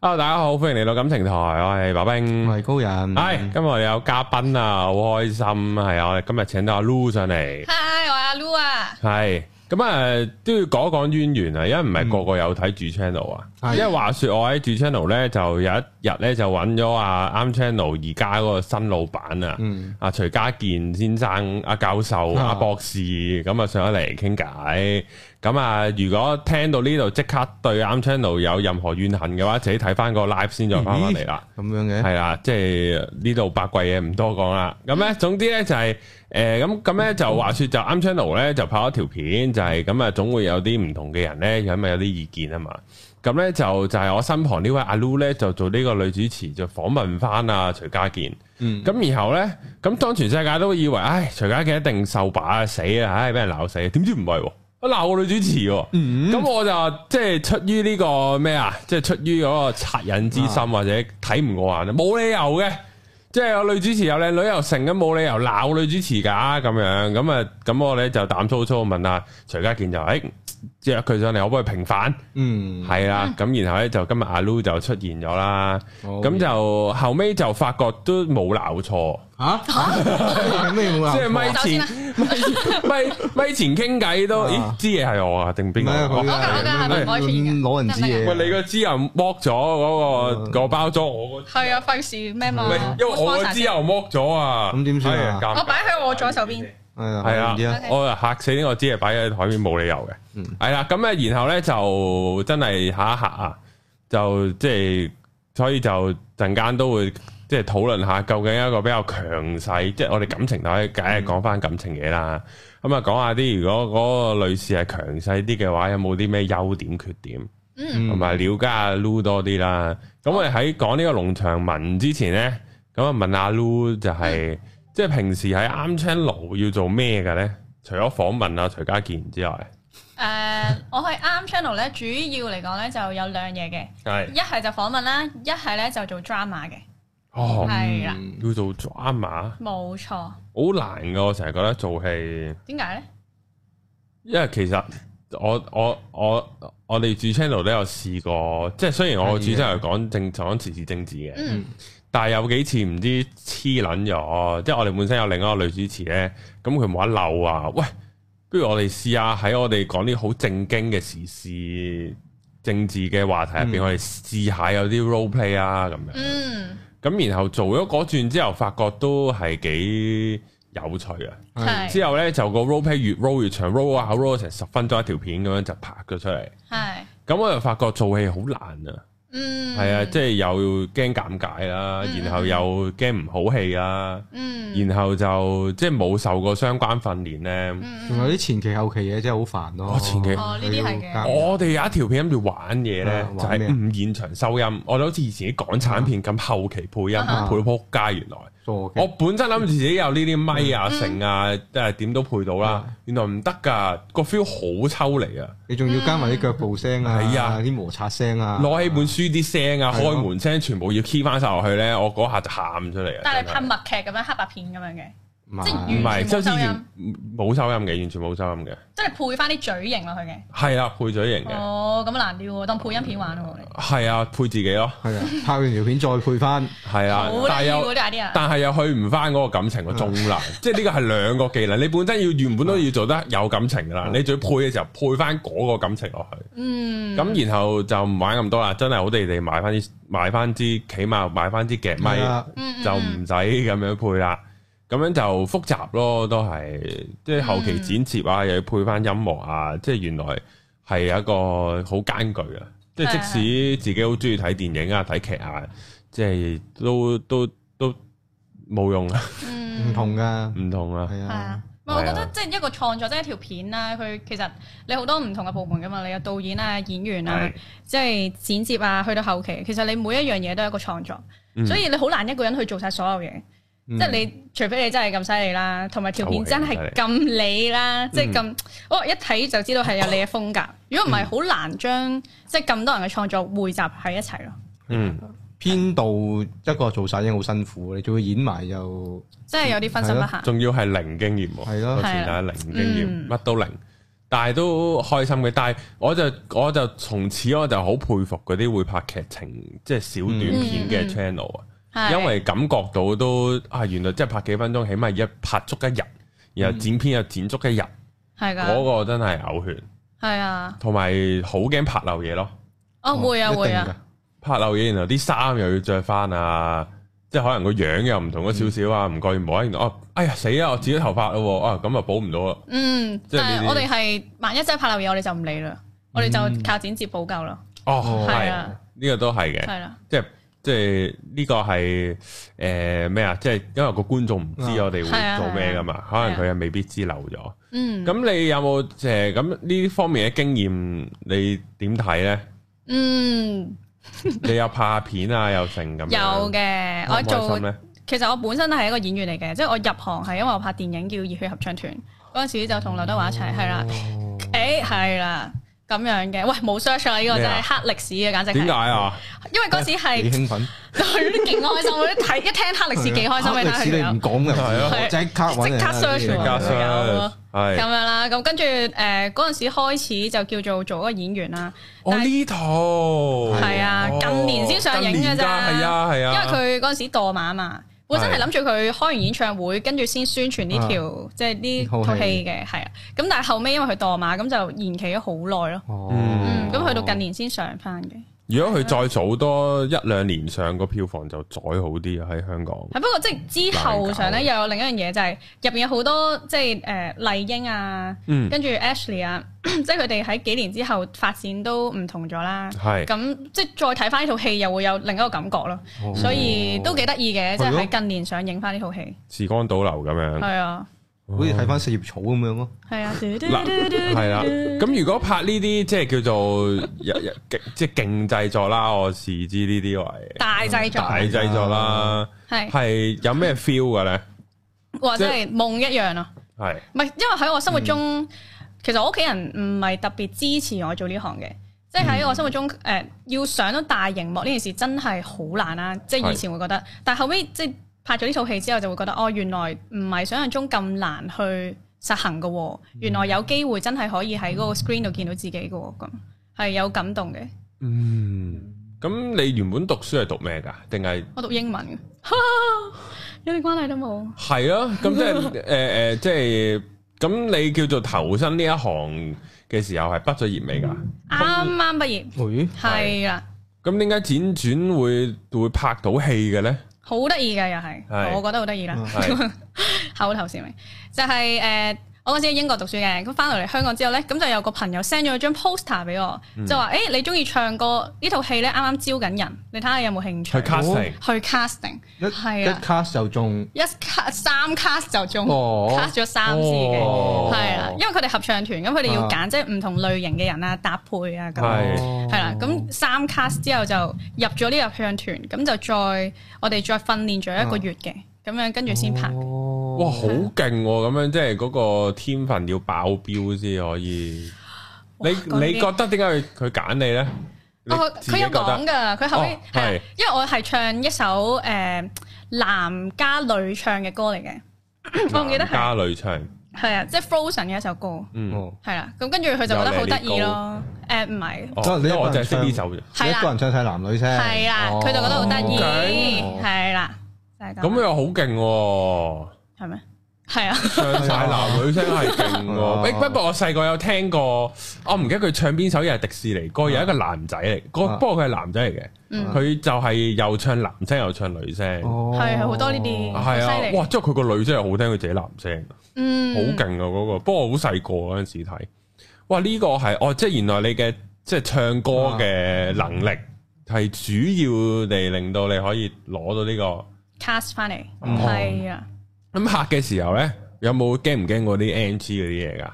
Hello，大家好，歡迎嚟到感情台，我係白冰。我係高人，係，今日我哋有嘉賓啊，好開心，係啊，我哋今日請到阿 Lu 上嚟，嗨，我係阿 Lu 啊，係，咁啊都要講一講淵源啊，因為唔係個個有睇主 channel 啊，係因為話說我喺主 channel 咧，就有一日咧就揾咗阿啱 channel 而家嗰個新老闆啊，嗯，阿徐家健先生、阿教授、啊阿博士咁啊上咗嚟傾偈。咁啊，如果聽到呢度即刻對啱 channel 有任何怨恨嘅話，自己睇翻個 live 先再翻返嚟啦。咁樣嘅，係啦，即係呢度八貴嘢唔多講啦。咁嗯咧，總之咧就係、誒咁咁咧就話說就啱 channel 咧就拍咗條片，就係咁啊，總會有啲唔同嘅人咧，因為有啲意見啊嘛。咁咧就就係、我身旁呢位阿 Lu 咧就做呢個女主持，就訪問翻啊徐家健。嗯，咁然後呢，咁當全世界都以為，唉，徐家健一定受把啊死啊，唉，俾人鬧死，點知唔係喎，我啊鬧個女主持喎。嗯咁我就即係出於呢個咩啊，即係出於嗰個惻隱之啊心或者睇唔過眼啊，冇理由嘅。即係有女主持又靚女又成，咁冇理由鬧女主持㗎咁樣，咁啊咁我咧就膽粗粗問啊徐家健就誒約佢上嚟，可唔可以平反？嗯，係啦，咁然後咧就今日阿 Lu 就出現咗啦，好咁就後尾就發覺都冇鬧錯。吓，有咩冇啊？即係咪前我啊咪咪前傾偈都，咦啊知嘢係我啊定邊唔個？係哦佢我㗎我㗎係咪唔可以傳㗎攞人知嘢？喂，你個支又剝咗嗰個嗯個包裝，我個係啊，費事咩嘛唔係，因為我個支又剝咗啊，咁點算啊哎呀嗯我擺喺我左手邊，係啊，係唔知啊啊，我啊嚇死呢個支嘢擺喺台面冇理由嘅嗯，係啦，咁啊，然後咧就真係嚇一嚇啊，就即係所以就陣間都會即係討論下究竟一個比較強勢，即係我哋感情台梗係講翻感情嘢啦，咁啊講下啲如果嗰個女士係強勢啲嘅話，有冇啲咩優點缺點？Ừ. 嗯，同埋了解阿 Lu 多啲啦。咁我哋喺講呢個農場文之前咧，咁啊問阿 Lu 就係、即係平時喺啱 channel 要做咩嘅咧？除咗訪問啊徐家健之外，誒，我係啱 channel 咧，主要嚟講咧就有兩嘢嘅，係一係就訪問啦，一係咧就做 drama 嘅，哦，係啦，嗯要做 drama 冇錯。好難噶，我成日覺得做戲，點解咧？因為其實我我我我哋主 channel 都有試過，即係雖然我主係 channel 嘅講政講時事政治嘅。嗯，但係有幾次唔知黐撚咗，即係我哋本身有另一個女主持咧，咁佢冇得漏啊！喂，不如我哋試下喺我哋講啲好正經嘅時事、政治嘅話題入邊，嗯我哋試下有啲 role play 啊咁樣。嗯，咁然後做咗嗰轉之後，發覺都係幾有趣啊！係嗯係之後咧就個 role play 越 roll 越長，roll 啊 roll 成十分鐘一條片咁樣就拍咗出嚟。係，咁我就發覺做戲好難啊！嗯，係啊，即係又驚尷尬啦，嗯然後又驚唔好戲啦，嗯，然後就即係冇受過相關訓練咧。嗯仲有啲前期後期嘢真係好煩咯。哦前期哦呢啲係嘅要夾我哋有一條片諗住玩嘢咧啊，就玩咩係唔現場收音，我哋好似以前啲港產片咁後期配音，啊配到仆街原來。做嘅我本身諗住自己有呢啲咪嗯啊、成啊，即係點都配到啊啦，原來唔得㗎，個 feel 好抽離啊！你仲要加埋啲腳步聲啊，係啊啲摩擦聲啊，攞起本書啲聲啊、係咯開門聲，全部要 key 翻晒落去咧，我嗰下就喊出嚟啊！但真係拍係默劇咁樣黑白片咁樣嘅，唔即係唔完係，即係全好冇似完收音，冇收音嘅，完全冇收音嘅，即係配翻啲嘴型落去嘅。係啦，配嘴型嘅，哦，咁難啲喎，當配音片玩喎你。係啊，配自己咯，係啊，拍完條片再配翻，係啊好，但係得意又喎啲 idea。但係又去唔翻嗰個感情個仲難， 即係呢個係兩個技能，你本身要原本都要做得有感情噶啦，嗯你仲要配嘅時候配翻嗰個感情落去，嗯，咁然後就唔玩咁多啦，真係好地地買翻啲買翻支，起碼買翻支夾咪係。啊，嗯就唔使咁樣配啦。咁樣就複雜咯，都係即係後期剪接啊，又要配翻音樂啊，即係原來係一個好艱巨啊！即係即使自己好中意睇電影啊、睇劇啊，即係都都都冇用啊，嗯唔同噶，唔同啊，係係啊啊，。唔係，我覺係得啊即係一個創作，即係一條片啦。佢其實你好多唔同嘅部門噶嘛，你有導演啊、演員啊係，即係剪接啊，去到後期，其實你每一樣嘢都係一個創作，嗯所以你好難一個人去做晒所有嘢。即即係你除非你真係咁犀利啦，同埋條片真係咁你啦，嗯即係咁，我一睇就知道係有你嘅風格。如果唔係，好難將即係咁多人嘅創作匯集喺一齊咯。嗯，編導一個做晒已經好辛苦，你仲要演埋又即係有啲分身不暇。仲要係零經驗喎，係咯我前排零經驗，嗯乜都零。但係都開心嘅。但係我就我就從此我就好佩服嗰啲會拍劇情即係小短片嘅嗯 channel 啊，係因為感覺到都啊原來即係拍幾分鐘，起碼一拍足一日，嗯然後剪片又剪足一啊日，係嗰㗎，個真係嘔血，係啊，同埋好驚拍漏嘢咯。哦會啊會啊，拍漏嘢，然後啲衫又要着翻啊，即係可能個樣又唔同咗少少啊，嗯唔覺意摸，然後哦，哎呀死啊，我剪咗頭髮咯喎，啊咁啊補唔到啦，嗯，即係呢啲但係我哋係萬一真係拍漏嘢，我哋就唔理啦，我哋嗯就靠剪接補救啦，哦 係係，啊呢個都係嘅，係啦，即係即係呢個係誒咩啊？即係因為個觀眾唔知啊我哋係啊會做咩噶嘛，可能佢又未必知漏咗。嗯，咁你有冇誒咁呢方面嘅經驗？你點睇 咧？嗯你有拍片啊，又成咁樣，有嘅，我開唔開做心。咧？其實我本身都係一個演員嚟嘅，即係我入行係因為我拍電影叫《熱血合唱團》，嗰陣時就同劉德華一齊，係啦，哦誒係啦，咁樣嘅。喂，冇 search 啊，呢個咩真啊係黑歷史嘅，簡直點解係。啊？因為嗰陣時 幾係興奮，勁開心，我一睇一聽黑歷啊史幾開心嘅，睇下歷史你佢唔講嘅，係啊我即刻揾人即刻啊 search 呢啲喎加加上上咁係樣啦。咁跟住誒嗰陣時開始就叫做做一個演員啦，我但係呢套係啊哦近年先上映嘅咋近年㗎係啊係因啊，為佢嗰陣時墮馬嘛。本身係諗住佢開完演唱會，跟住先宣傳呢條即係呢套戲嘅，係啊。咁但係後尾因為佢墮馬，咁就延期咗好耐咯。哦嗯嗯，咁去到近年先上翻嘅，係如果佢再早多一兩年上個票房就再好啲啊喺香港。不過即係之後上咧，又有另一樣嘢就係入面有好多即係誒麗英啊，嗯，跟住 Ashley 啊， 即係佢哋喺幾年之後發展都唔同咗啦。係咁即係再睇翻呢套戲，又會有另一個感覺咯。哦所以都幾得意嘅，係即係咯喺近年上映翻呢套戲，時光倒流咁樣。係啊，好似睇翻四葉草咁樣咯。係啊，嗱係啦，咁如果拍呢啲即係叫做有有即係勁製作啦，我視之呢啲為大製作大製作啦，係，係有咩 feel 嘅咧？或者係夢一樣啊！係唔係，因嗯為喺我心目中，其實我屋企人唔係特別支持我做呢行嘅，即係喺我心目中，誒要上到大熒幕呢件事真係好難啦。即係以前會覺得，但後尾即係拍咗呢套戲之後，就會覺得哦，原來唔係想象中咁難去實行嘅喎，原來有機會真係可以喺嗰個 screen 度見到自己嘅喎，咁係有感動嘅。嗯，咁你原本讀書係讀咩㗎？定係？我讀英文嘅， 有啲關係都冇。系啊，咁即 系诶诶，即系咁你叫做投身呢一行嘅時候係畢咗業未㗎？啱啱畢業，咦，係啦，咁點解輾轉會會拍到戲嘅咧？好得意嘅又係，係我覺得好得意啦。係 口頭禪嚟，就係、呃我嗰陣時喺英國讀書嘅，咁翻到嚟香港之後咧，咁就有個朋友 send 咗張 poster 俾我，就話：，誒、你中意唱歌呢套戲咧，啱啱招緊人，你睇下有冇興去趣 casting 去 casting，一係啊一啦， cast 就中一 cast 三 cast 就中、哦 cast 咗三次嘅，哦係啦、因為佢哋合唱團，咁佢哋要揀即係唔同類型嘅人啊，搭配啊咁。係哦係啦，哦咁三 cast 之後就入咗呢個合唱團，咁就再我哋再訓練咗一個月啊嘅，咁樣跟住先拍。哦哇，哇好勁喎！咁樣即係嗰個天分要爆標先可以。你哇你覺得點解佢佢揀你咧？你哦，自佢己有覺講得㗎，佢後尾哦係啊係因為我係唱一首誒男加女唱嘅歌嚟嘅，我唔記得男係家女唱，係啊，即係 Frozen 嘅一首歌，嗯，哦係啦。咁跟住佢就覺得好得意有咯。誒唔係，哦即係你因為我一個人淨係識唱呢首啫。你係一個啦人，唱晒男女聲，係啊啦，佢就覺得好得哦意咁，係啦，就係咁咁。又好勁喎！係咩？係啊，唱晒男女聲係勁啊喎，誒不過我細個有聽過，我唔記得佢唱邊首，又係迪士尼歌，有一個男仔嚟，嗰啊不過佢係男仔嚟嘅，嗯，佢就係又唱男聲又唱女聲，哦係係好多呢啲係好啊犀，利哇！即係佢個女聲又好聽，佢自己男聲，好嗯，勁啊嗰個，不過好細個嗰陣時睇，哇！呢個係哦，即係原來你嘅即係唱歌嘅啊能力係主要地令到你可以攞到呢個。 cast 翻嚟，哦嗯係啊，咁拍嘅時候咧，有冇驚唔驚嗰啲 NG 嗰啲嘢㗎？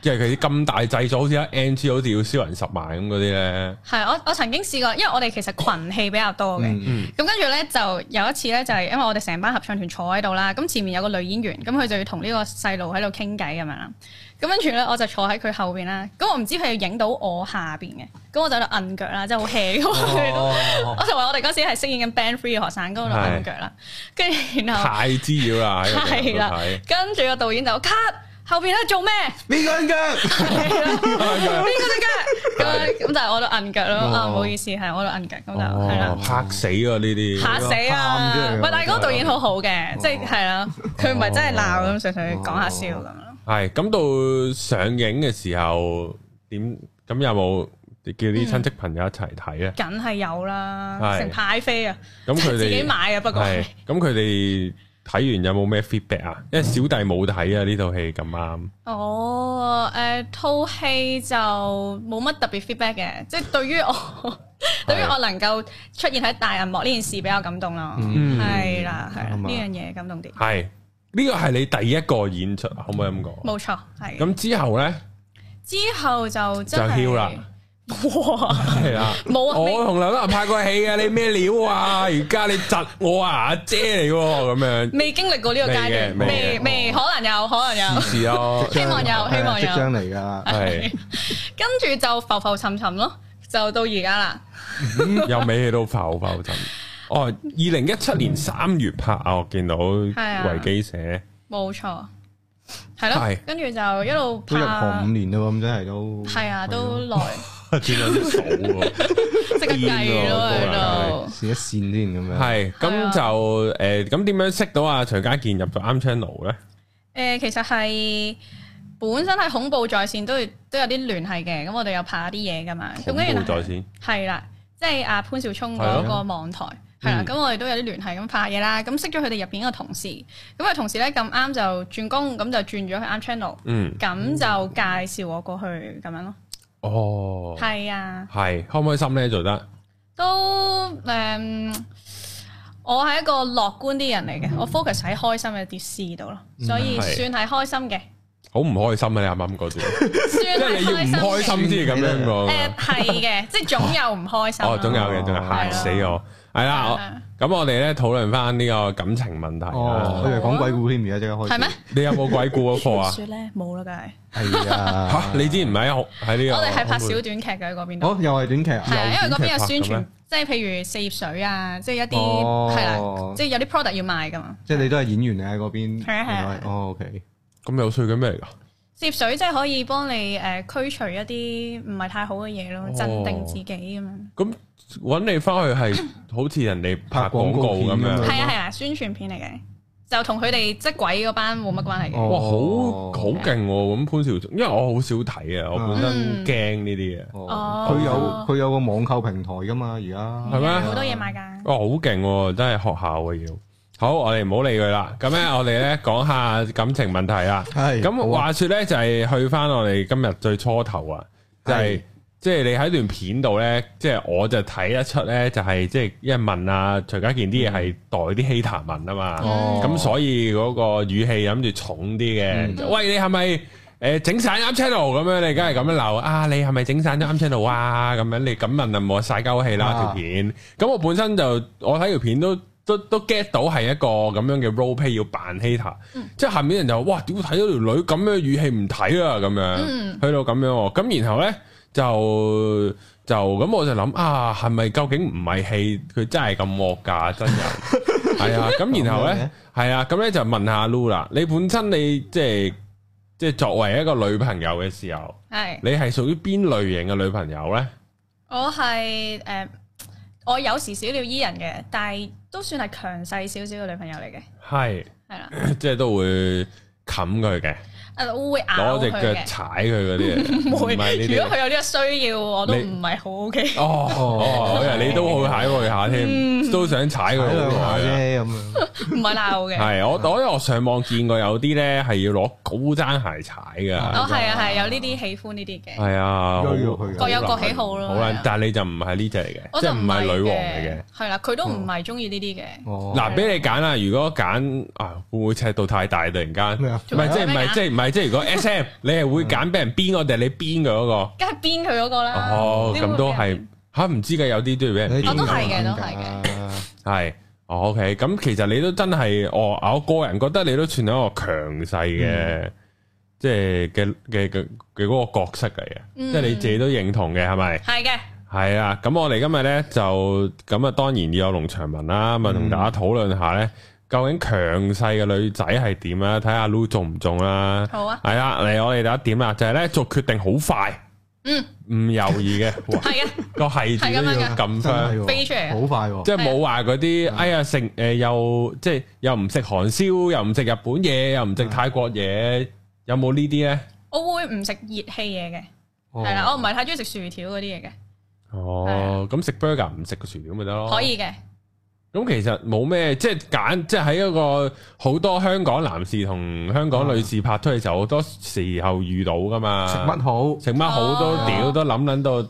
即係佢啲咁大製作，好似一 NG 好似要燒人十萬咁嗰啲咧。係我我曾經試過，因為我哋其實群戲比較多嘅。嗯咁跟住咧就有一次咧，就係因為我哋成班合唱團坐喺度啦，咁前面有個女演員，咁佢就要同呢個細路喺度傾偈咁樣啦。咁跟住咧，我就坐喺佢後邊啦。咁我唔知佢要影到我下邊嘅，咁我就喺度摁腳啦，即係好 hea 咁哦樣。我就話我哋嗰時係飾演緊 Band Three 嘅學生，咁我就摁腳啦。跟住然後太滋擾啦，喺個鏡頭度係啦睇跟住個導演就 cut。後邊喺度做 咩？呢個人嘅邊個隻腳？咁咁就係我度摁腳咯。哦啊，唔好意思，係我度摁腳咁就係啦哦，。嚇死啊呢啲，嚇死喊出啊！嚟唔喎係，但係嗰個導演好好嘅，即係係啦，佢唔係真係鬧咁，純粹哦講下笑咁咯。係咁到上映嘅時候點？咁有冇叫啲親戚朋友一齊睇咧？梗係有啦，係成派飛啊，咁佢哋自己買啊，不過係咁佢哋睇完有冇咩 feedback 啊？因為小弟冇睇啊呢套戲咁啱，哦，誒套戲就冇乜特別 feedback 嘅，即係對於我對於我能夠出現喺大銀幕呢件事比較感動咯，嗯係啦係啦，啱呢啊樣嘢感動啲，係呢個係你第一個演出，可唔可以咁講？冇錯係。咁之後咧之後就就真係囂啦， 哦哇！係啦。冇啊，我未同劉德華拍過戲嘅，你咩料啊？而家你窒我啊，阿姐嚟喎咁樣。未經歷過呢個階段，未嘅未未嘅未可能有，可能有，是啊，希望有，希望即有。將嚟㗎，係跟住就浮浮沉沉咯，就到而家啦。嗯有尾氣到浮浮震。哦，二零一七年三月拍啊，我見到啊維基寫冇錯，係咯係，跟住就一路都入行五拍，年啦喎，咁真係都係啊，都耐，轉咗啲數喎。即刻計癲咯喎喺度。試一線先咁樣。係啊咁就誒，咁點樣識到阿徐家健入咗啱 channel 咧？誒，其實係本身係恐怖在線都都有啲聯繫嘅，咁我哋有拍啲嘢噶嘛，咁恐跟怖在住先，係啦，即係阿潘少聰係嗰個咯網台。係啦，嗯咁我哋都有啲聯繫咁拍嘢啦，咁識咗佢哋入邊一個同事，咁啊同事咧咁啱就轉工，咁就轉咗去啱 channel，嗯，咁就介紹我過去咁樣咯。哦，係啊，係開唔開心咧？做得都誒、嗯我係一個樂觀啲人嚟嘅，我 focus 喺開心嘅啲事度咯，所以嗯算係係開 心嘅，好唔開心啊！你啱啱嗰 段，算即係係你要唔開開心嘅。心先啊咁樣講誒 啊。係嘅，即係總有唔開心咯。啊哦，總有嘅，仲有係嚇咯死我。係係啦，啊我咁我哋咧討論翻呢個感情問題哦，我以啊。為講鬼故添，而家即刻開始。係咩？？你有冇鬼故嗰課 啊？雪咧冇啦，梗係係 啊。吓，你之前唔喺學喺呢個？我哋係拍小短劇嘅喺嗰邊度，哦，又係短劇啊？係啊，因為嗰邊有短宣劇拍嘅傳咩，即係譬如四葉水啊，即係一啲哦係啦，即係有啲 product 要賣噶嘛。即係你都係演員嚟喺嗰邊。係啊係啊原來哦，OK。咁有趣嘅咩嚟噶？涉水即係可以幫你誒、呃、驅除一啲唔係太好嘅嘢咯，哦鎮定自己咁樣。咁揾你翻去嗯係好似人哋拍拍廣廣告告咁片咁樣樣，係啊係啊，宣傳片嚟嘅，就同佢哋即係鬼嗰班冇乜關係嘅。哦哇，好好勁喎！咁潘少聰，因為我好少睇啊，我本身嗯驚呢啲嘢，哦佢有佢有個網購平台㗎嘛，而係啊家咩啊好多嘢賣㗎。哦哇，好勁喎！真係學校啊嘅要。好，我哋唔好理佢啦。咁咧，我哋咧講下感情問題啦。係咁好啊話說咧，就係去翻我哋今日最初頭啊，就係係即係你喺段片度咧，即係我就睇得出咧，就係即係一問啊徐家健啲嘢係代啲希談文啊嘛，哦咁所以嗰個語氣諗住重啲嘅。嗯喂，你係咪？誒整散啱 channel 咁樣，你梗係咁樣鬧啊！你係咪整散咗啱 channel 啊？咁樣你咁問就冇晒鳩氣啦啊條片。咁我本身就我睇條片都都都 get 到係一個咁樣嘅 role play 要扮 hater，、即係下面人就哇屌睇到條女咁樣語氣唔睇啦咁樣，嗯去到咁樣喎。咁然後咧就就咁我就諗啊，係咪究竟唔係戲佢真係咁惡㗎真人？係啊，咁然後咁樣咧嘅係啊，咁咧就問下 Lu 啦，你本身你即係即係作為一個女朋友嘅時候，係，你係屬於邊類型嘅女朋友咧？我係誒、呃我有時小鳥依人嘅，但係都算係強勢少少嘅女朋友嚟嘅，係係 啦。 即係都會冚佢嘅。誒，我會咬攞佢隻腳嘅，踩佢嗰啲，啊 唔唔會。係呢如果啲。佢有呢個需要，我都你唔係好 OK。哦哦，我以為你都好踩佢下嗯添，都想踩佢睇兩好下耐啊。啫咁樣。唔係鬧嘅。係我我因為我上網見過有啲咧係要攞高踭鞋踩哦㗎，，係啊，係有呢啲喜歡呢啲嘅，係啊，追好咗佢㗎各有各喜好咯。好係啦啊，但係你就唔係呢只嚟嘅，我即就係唔係女王嚟嘅嘅。，係啦，佢都唔係中意呢啲嘅。哦，嗱，俾你揀啦，如果揀啊，會唔會尺度太大？突然間，咩啊唔係即係唔做咩係啊即係唔係即係如果 S M，你係會揀俾人邊個定係你邊嘅嗰個？梗係編佢嗰個啦。哦，啊邊會咁都俾人係吓，唔知嘅有啲都要俾人你邊哦我都㗎係嘅點都解係嘅㗎系，哦，OK，咁其實你都真係，我我個人覺得你都算係一個強勢嗯嘅，即係嘅嘅嘅嘅嗰個角色嚟嘅，嗯即係你自己都認同嘅，係咪？係嘅，係啊，咁我哋今日咧就咁啊，當然要有農場文啦，咁啊同大家討論下咧，究竟強勢嘅女仔係點啦？睇下 Lu 中唔中啦。 好啊，係啦，嚟我哋第一點啦，就係咧做決定好快，嗯，唔猶豫嘅。哇係啊，個係字 都要撳翻，真飛出嚟係啊喎好快喎，即係冇話嗰啲哎呀食誒又即係又唔食韓燒，又唔食日本嘢，又唔食泰國嘢，有冇呢啲咧？我會唔食熱氣嘢嘅，哦係啦，我唔係太中意食薯條嗰啲嘢嘅，哦，咁食 burger 唔食個薯條咪得咯？可以嘅，咁其實冇咩，即係揀，即係喺一個好多香港男士同香港女士拍拖嘅時候，好多時候遇到噶嘛。食乜好？食乜好多哦屌都諗諗到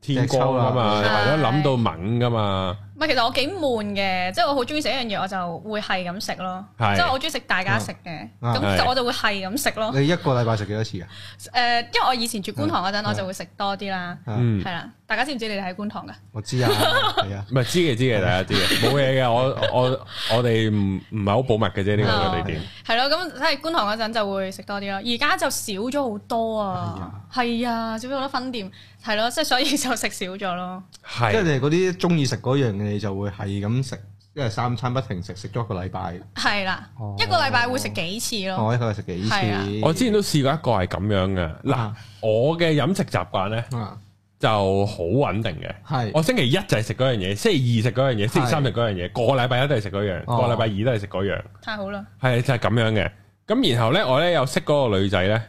天光噶嘛，隻抽啦或者諗到猛噶嘛，唔係其實我幾悶嘅，即係我好中意食一樣嘢，我就會係咁食咯，係哦即係我中意食大家食嘅，啊咁係就我就會係咁食咯，你一個禮拜食幾多次啊？誒，因為我以前住觀塘嗰陣，我就會食多啲啦，嗯係。啦，大家知唔知你哋喺觀塘㗎？啊我知 啊，係啊，唔係知嘅知嘅，大家知 嘅，冇嘢嘅。我我我哋唔唔係好保密嘅啫，呢個地點。係咯，咁喺觀塘嗰陣就會食多啲咯，而家就少咗好多啊，係啊，少咗好多分店，係咯，即係所以就食少咗咯。即係係你係嗰啲中意食嗰樣嘅，你就會係咁食，即係三餐不停食，食咗一個禮拜，係啦哦，一個禮拜會食幾次咯。我一個禮拜食幾係啊次？我之前都試過一個係咁樣嘅。嗱啊，我嘅飲食習慣咧啊，就好穩定嘅。係我星期一就係食嗰樣嘢，星期二食嗰樣嘢，星期三食嗰樣嘢，個禮拜一都係食嗰樣，哦個禮拜二都係食嗰樣。太好啦，係就係咁樣嘅。咁然後咧，我咧有識嗰個女仔咧，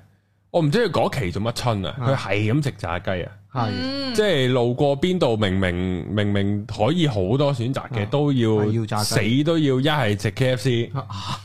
我唔知佢嗰期做乜春啊，啊佢係咁食炸雞啊，係嗯即，係路過邊度，明明明明可以好多選擇嘅啊，都係要炸要雞啊死都要一係食 K F C，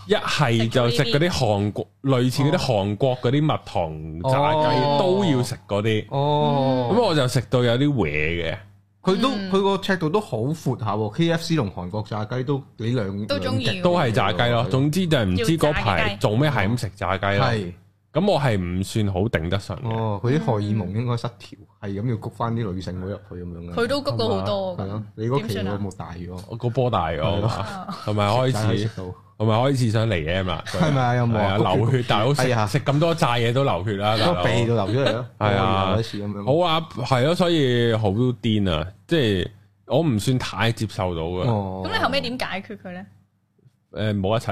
一係就食嗰啲韓國類似嗰啲韓國嗰啲蜜糖炸雞哦都要食嗰啲。咁哦，我就食到有啲搲嘅，佢都嗯佢個尺度都好闊下喎，K F C 同韓國炸雞都你兩都中意兩極都係炸雞咯。總之就係唔知要炸嗰嘅排雞做咩係咁食炸雞啦。係咁我係唔算好頂得順嘅。哦，佢啲荷爾蒙應該失調，係咁要谷翻啲女性會入去咁樣嘅。佢都谷到好多係咯，你嗰期點算啊有冇大咗？我個波大咗係嘛，啊同埋開始食，到同埋開始想嚟 M 啦，係咪啊？有冇啊係啊？啊？流谷血，大佬食係啊食咁多炸嘢都流血啦，大個佬。鼻度流出嚟咯， 係啊我流一次咁樣。好啊，係咯，所以好癲啊！即係我唔算太接受到嘅，哦，咁你後尾點解決佢咧？誒冇一齊，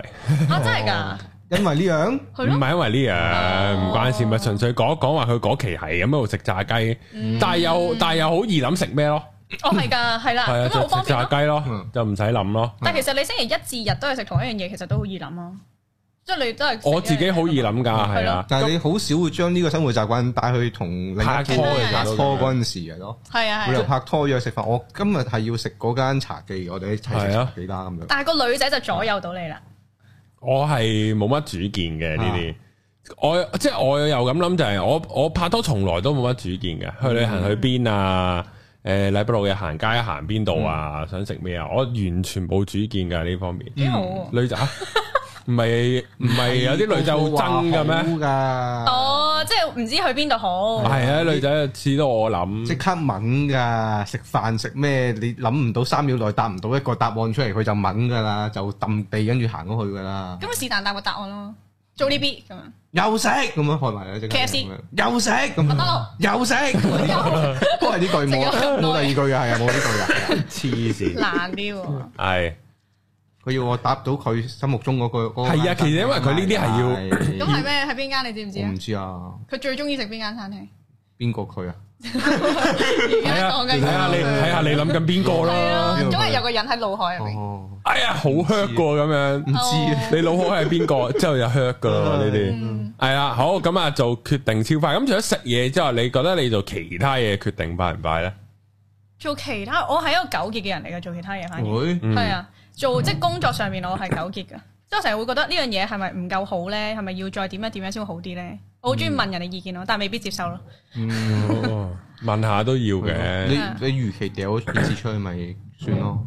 啊，真係㗎，因為呢樣唔係咯，係因為呢樣唔哦關事，咪純粹講講話佢嗰期係咁喺度食炸雞，嗯但係又但係又好易諗食咩咯，哦係㗎，係啦， 係啊，咁咪好就方食便炸咯。雞咯嗯，就唔使諗咯。但係其實你星期一至日都係食同一樣嘢，其實都好易諗啊。即係你都係食我自己好易諗㗎，係係啦咯，但係你好少會將呢個生活習慣帶去同另一拍個拖嘅時候拍拖嗰陣時嘅咯。係啊每係日啊。拍拖約食飯，我今日係要食嗰間茶記，我哋一齊食係啊茶記啦咁樣。但係個女仔就左右到你啦。我係冇乜主見嘅呢啲。我即係我又咁諗就係我我拍拖從來都冇乜主見嘅，去旅行去邊啊？誒禮拜六日行街行邊度啊？想食咩啊？我完全冇主見㗎呢方面。幾好喎女仔唔係唔係有啲女仔好憎嘅咩？好㗎，哦，即係唔知去邊度好。係啊，女仔似到我諗即刻問㗎。食飯食咩？你諗唔到三秒內答唔到一個答案出嚟，佢就問㗎啦，就揼地跟住行咗去㗎啦。咁啊是但答個答案咯，做呢 B 咁樣。又食咁樣害埋啦，啊即刻 KFC 咁樣又食咁麥當樣勞，又食咁 樣都係呢句冇啊食咗咁冇多第二句嘅，係啊冇呢 句嘅。黐線，難啲喎，係佢要我答到佢心目中嗰個嗰個係啊其實因為佢呢啲係要係咁係嗯咩？係邊間你知唔知我啊唔？知啊，佢最中意食邊間餐廳？邊個佢啊？而睇家下講緊睇下啊你睇下你諗緊邊個係咯？啊，總係有個人喺腦海入面。哦，哎呀，好 hurt 過咁樣唔。知啊哦你腦海係邊個？之後就 hurt 噶啦呢啲。嗯係啦，好咁啊，做決定超快。咁除咗食嘢之外，你覺得你做其他嘢決定快唔快咧？做其他，我係一個糾結嘅人嚟嘅，做其他嘢反而會嗯係啊，做即係工作上面我係糾結嘅，即係我成日會覺得呢樣嘢係咪唔夠好咧？係咪要再點樣點樣先會好啲咧？我好中意問人哋意見咯，但係未必接受咯。嗯哦問下都要嘅。你你如期掉咗件事出去咪算咯？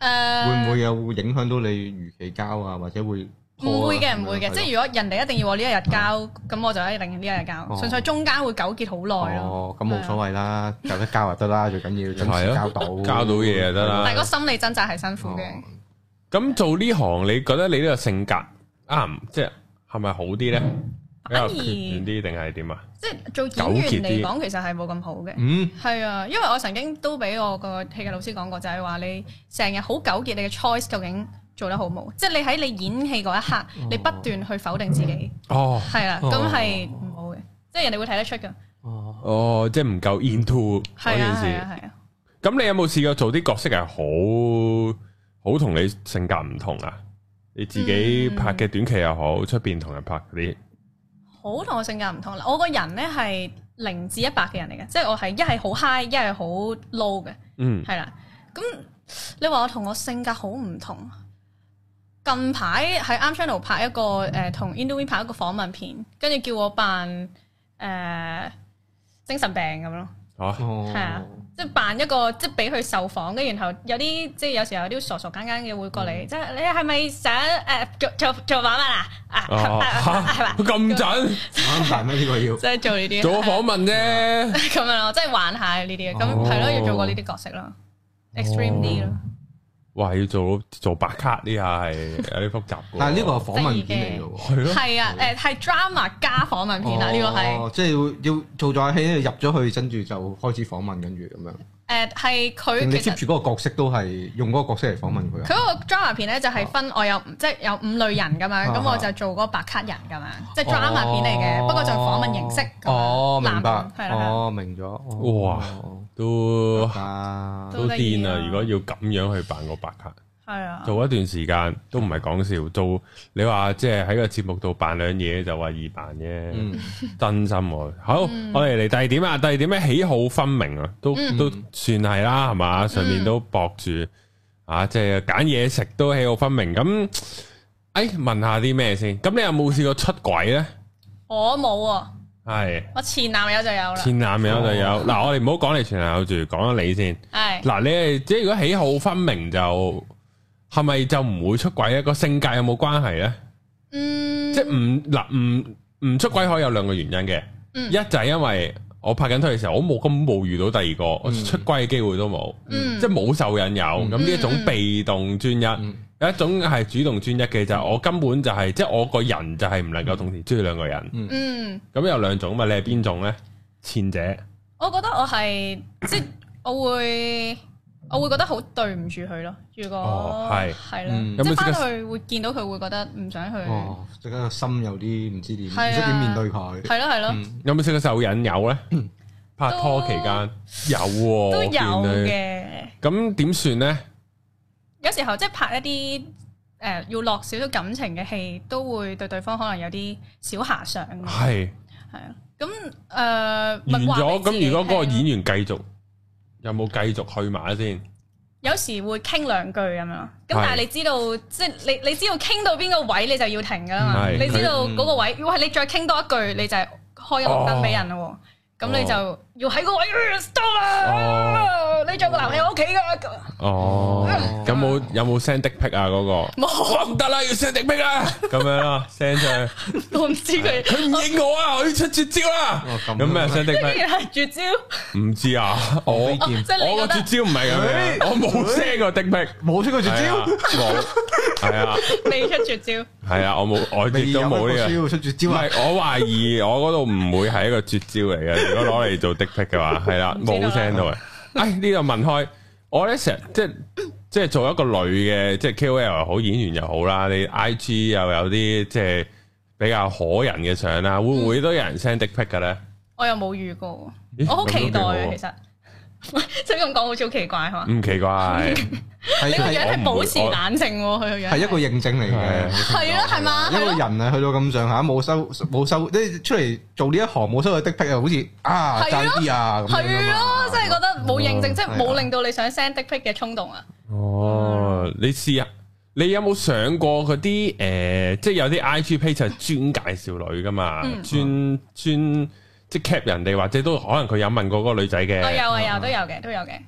會嗯誒，唔會有會影響到你如期交啊？或者會拖啊唔會嘅，唔會係嘅，咯即係如果人哋一定要我呢一日交，咁我就一定呢一日交，哦純粹中間會糾結好耐咯。哦，咁冇所謂啦，有得交就得啦，最緊要準係啊時交到，交到嘢就得啦但係個心理掙扎係辛苦嘅哦。咁做呢行，你覺得你呢個性格啱，即係係咪好啲咧？比反較而決斷啲定係點啊？即係做演員嚟講，其實係冇咁好嘅。嗯，係啊，因為我曾經都俾我個戲嘅老師講過，就係話你成日好糾結你嘅 choice 究竟做得好冇，即係你喺你演戲嗰一刻，你不斷去否定自己，哦係啦，哦咁係唔好嘅，即係人哋會睇得出㗎，Ờ. 哦，哦，即系唔夠 into 嗰係件啊係啊事。係啊，咁你有冇試過做啲角色係好好同你性格唔同啊？你自嗯己拍嘅短劇又好，出边同人拍嗰啲，好同我性格唔同啦，我個人咧係零至一百嘅人嚟嘅，即係我係一係好 high，一係好 low 嘅。嗯，係啦，咁你話我同我性格好唔同。近排喺啱 channel 拍一個誒同 Indomie 拍一個訪問片，跟住叫我扮誒、呃精神病咁咯， 吓哦，係啊即係扮一個即係俾佢受訪，跟住然後有啲即係有時候有啲傻傻更更嘅會過嗯嚟，即係你係咪想誒、呃做做做訪問啊？啊哦 吓係嘛？咁準啱大咩呢個要？即係做呢啲做個訪問啫。 咁樣咯，即係玩下呢啲，咁哦係咯，要做過呢啲角色咯，extreme 啲咯。哇！要做做白卡呢下係有啲複雜㗎喎但係呢個係訪問片嚟嘅喎。係咯，係啊，誒係 drama 加訪問片 Ờ. 啊，呢個係哦即係要要做咗戲，入咗去，跟住就開始訪問，跟住咁樣。誒係定佢你其 keep 實住嗰個角色都係用嗰個角色嚟訪問佢佢啊？嗰個 drama 片咧就係分我有五即係有五類人咁樣，哦啊咁我就做嗰個白卡人咁樣，即係 drama 片嚟嘅，哦不過就訪問形式咁樣哦，明白男，人係啦，哦，明咗。哇都啊都都得意癲啊啊！如果要咁樣去辦個白卡，係啊，做一段時間都唔係講笑。做你話即係喺個節目度扮兩嘢就話易辦啫，嗯，真心喎。好，我哋嚟第二點啊，第二點咧喜好分明啊，都嗯都算係啦，係嘛？上面都博住啊，即係揀嘢食都喜好分明。咁，誒問下啲咩先？咁你有冇試過出軌咧？我冇喎，係我前男友就有啦，前男友就有嗱，我哋唔好講你前男友住，講咗你先。係嗱，你係即係如果喜好分明就係咪就唔會出軌咧？個性格有冇關係咧？嗯即係唔嗱唔唔出軌可以有兩個原因嘅，嗯一就係因為我拍緊拖嘅時候，我冇根本冇遇到第二個，我出軌嘅機會都冇，嗯即係冇受引誘。咁呢一種被動專一，嗯有一種係主動專一嘅，就係我根本就係、即係我個人就係唔能夠同時中意兩個人。嗯，咁有兩種嘛，你係邊種咧？前者我覺得我係即係我會。我會覺得好對唔住佢咯，如果哦係係啦，嗯即有係冇翻試過去會見到佢會覺得嗯唔想去，哦，即係個心有啲唔知點，唔係啊識點面對佢。係咯係咯，嗯有冇試過受引誘咧？拍拖期間有喎，嗯都我有見你。嘅。咁點算咧？有時候即係拍一啲誒、呃要落少少感情嘅戲，都會對對方可能有啲小遐想嘅。係係啊，咁誒、呃、完咪話咗，俾自咁己如果嗰個聽啊演員繼續，有冇繼續去馬先？有時會傾兩句咁樣，咁係但係你知道，即係你你知道傾到邊個位你就要停㗎啦嘛。係你知嗯道嗰個位，如果係你再傾多一句，你就係開咗綠燈俾人咯喎。咁你就要喺個位呃 stop 啦！你仲有個男喺我屋企㗎，咁哦，有冇有冇 send 的 pic 啊？嗰個冇，我唔得啦，要 send 的 pic 啦，咁樣啦，send 上去，我唔知佢佢唔應我啊，我要出絕招啦哦，咁咁咩 send 的 pic？竟然係哎絕招。唔知啊，我哦即係你我個覺絕得招唔係咁哎樣，我冇 send 過的 pic，冇出過絕係啊招，冇，係啊，未出絕招，係啊，我冇，我亦都冇呢個。招，出絕唔招啊！係，我懷疑我嗰度唔會係一個絕招嚟 嘅。如果攞嚟做的 pic 嘅話，係啦，唔知道啦啊冇聲到嘅。 哎，呢度問開，我咧成日即係即係做一個女嘅，即係 KOL 又好，演員又好啦。你 IG 又有啲即係比較可人嘅相啦，會唔嗯會都有人 send 的 pic 嘅咧？我又冇遇過，咦我好期咁都待嘅幾其實。 即係咁講，好似好奇怪係嘛？唔奇 怪， 係你個係樣係我唔會保持冷靜喎，佢個樣係一個認證嚟嘅。係咯，係嘛？一係個咯，人啊，去到咁上下冇收冇收，即係出嚟做呢一行冇收到的癖啊，好似啊係咯爭啲啊咁樣係咯，真係覺得冇認證，即係係冇啊令到你想 send dick pic 嘅衝動啊！哦，你試下，你有冇上過嗰啲誒，即係有啲 IG page 係專介紹女噶嘛，嗯專專即係 cap 人哋，或者都可能佢有問過嗰個女仔我嘅。有啊，有都有嘅，都有嘅。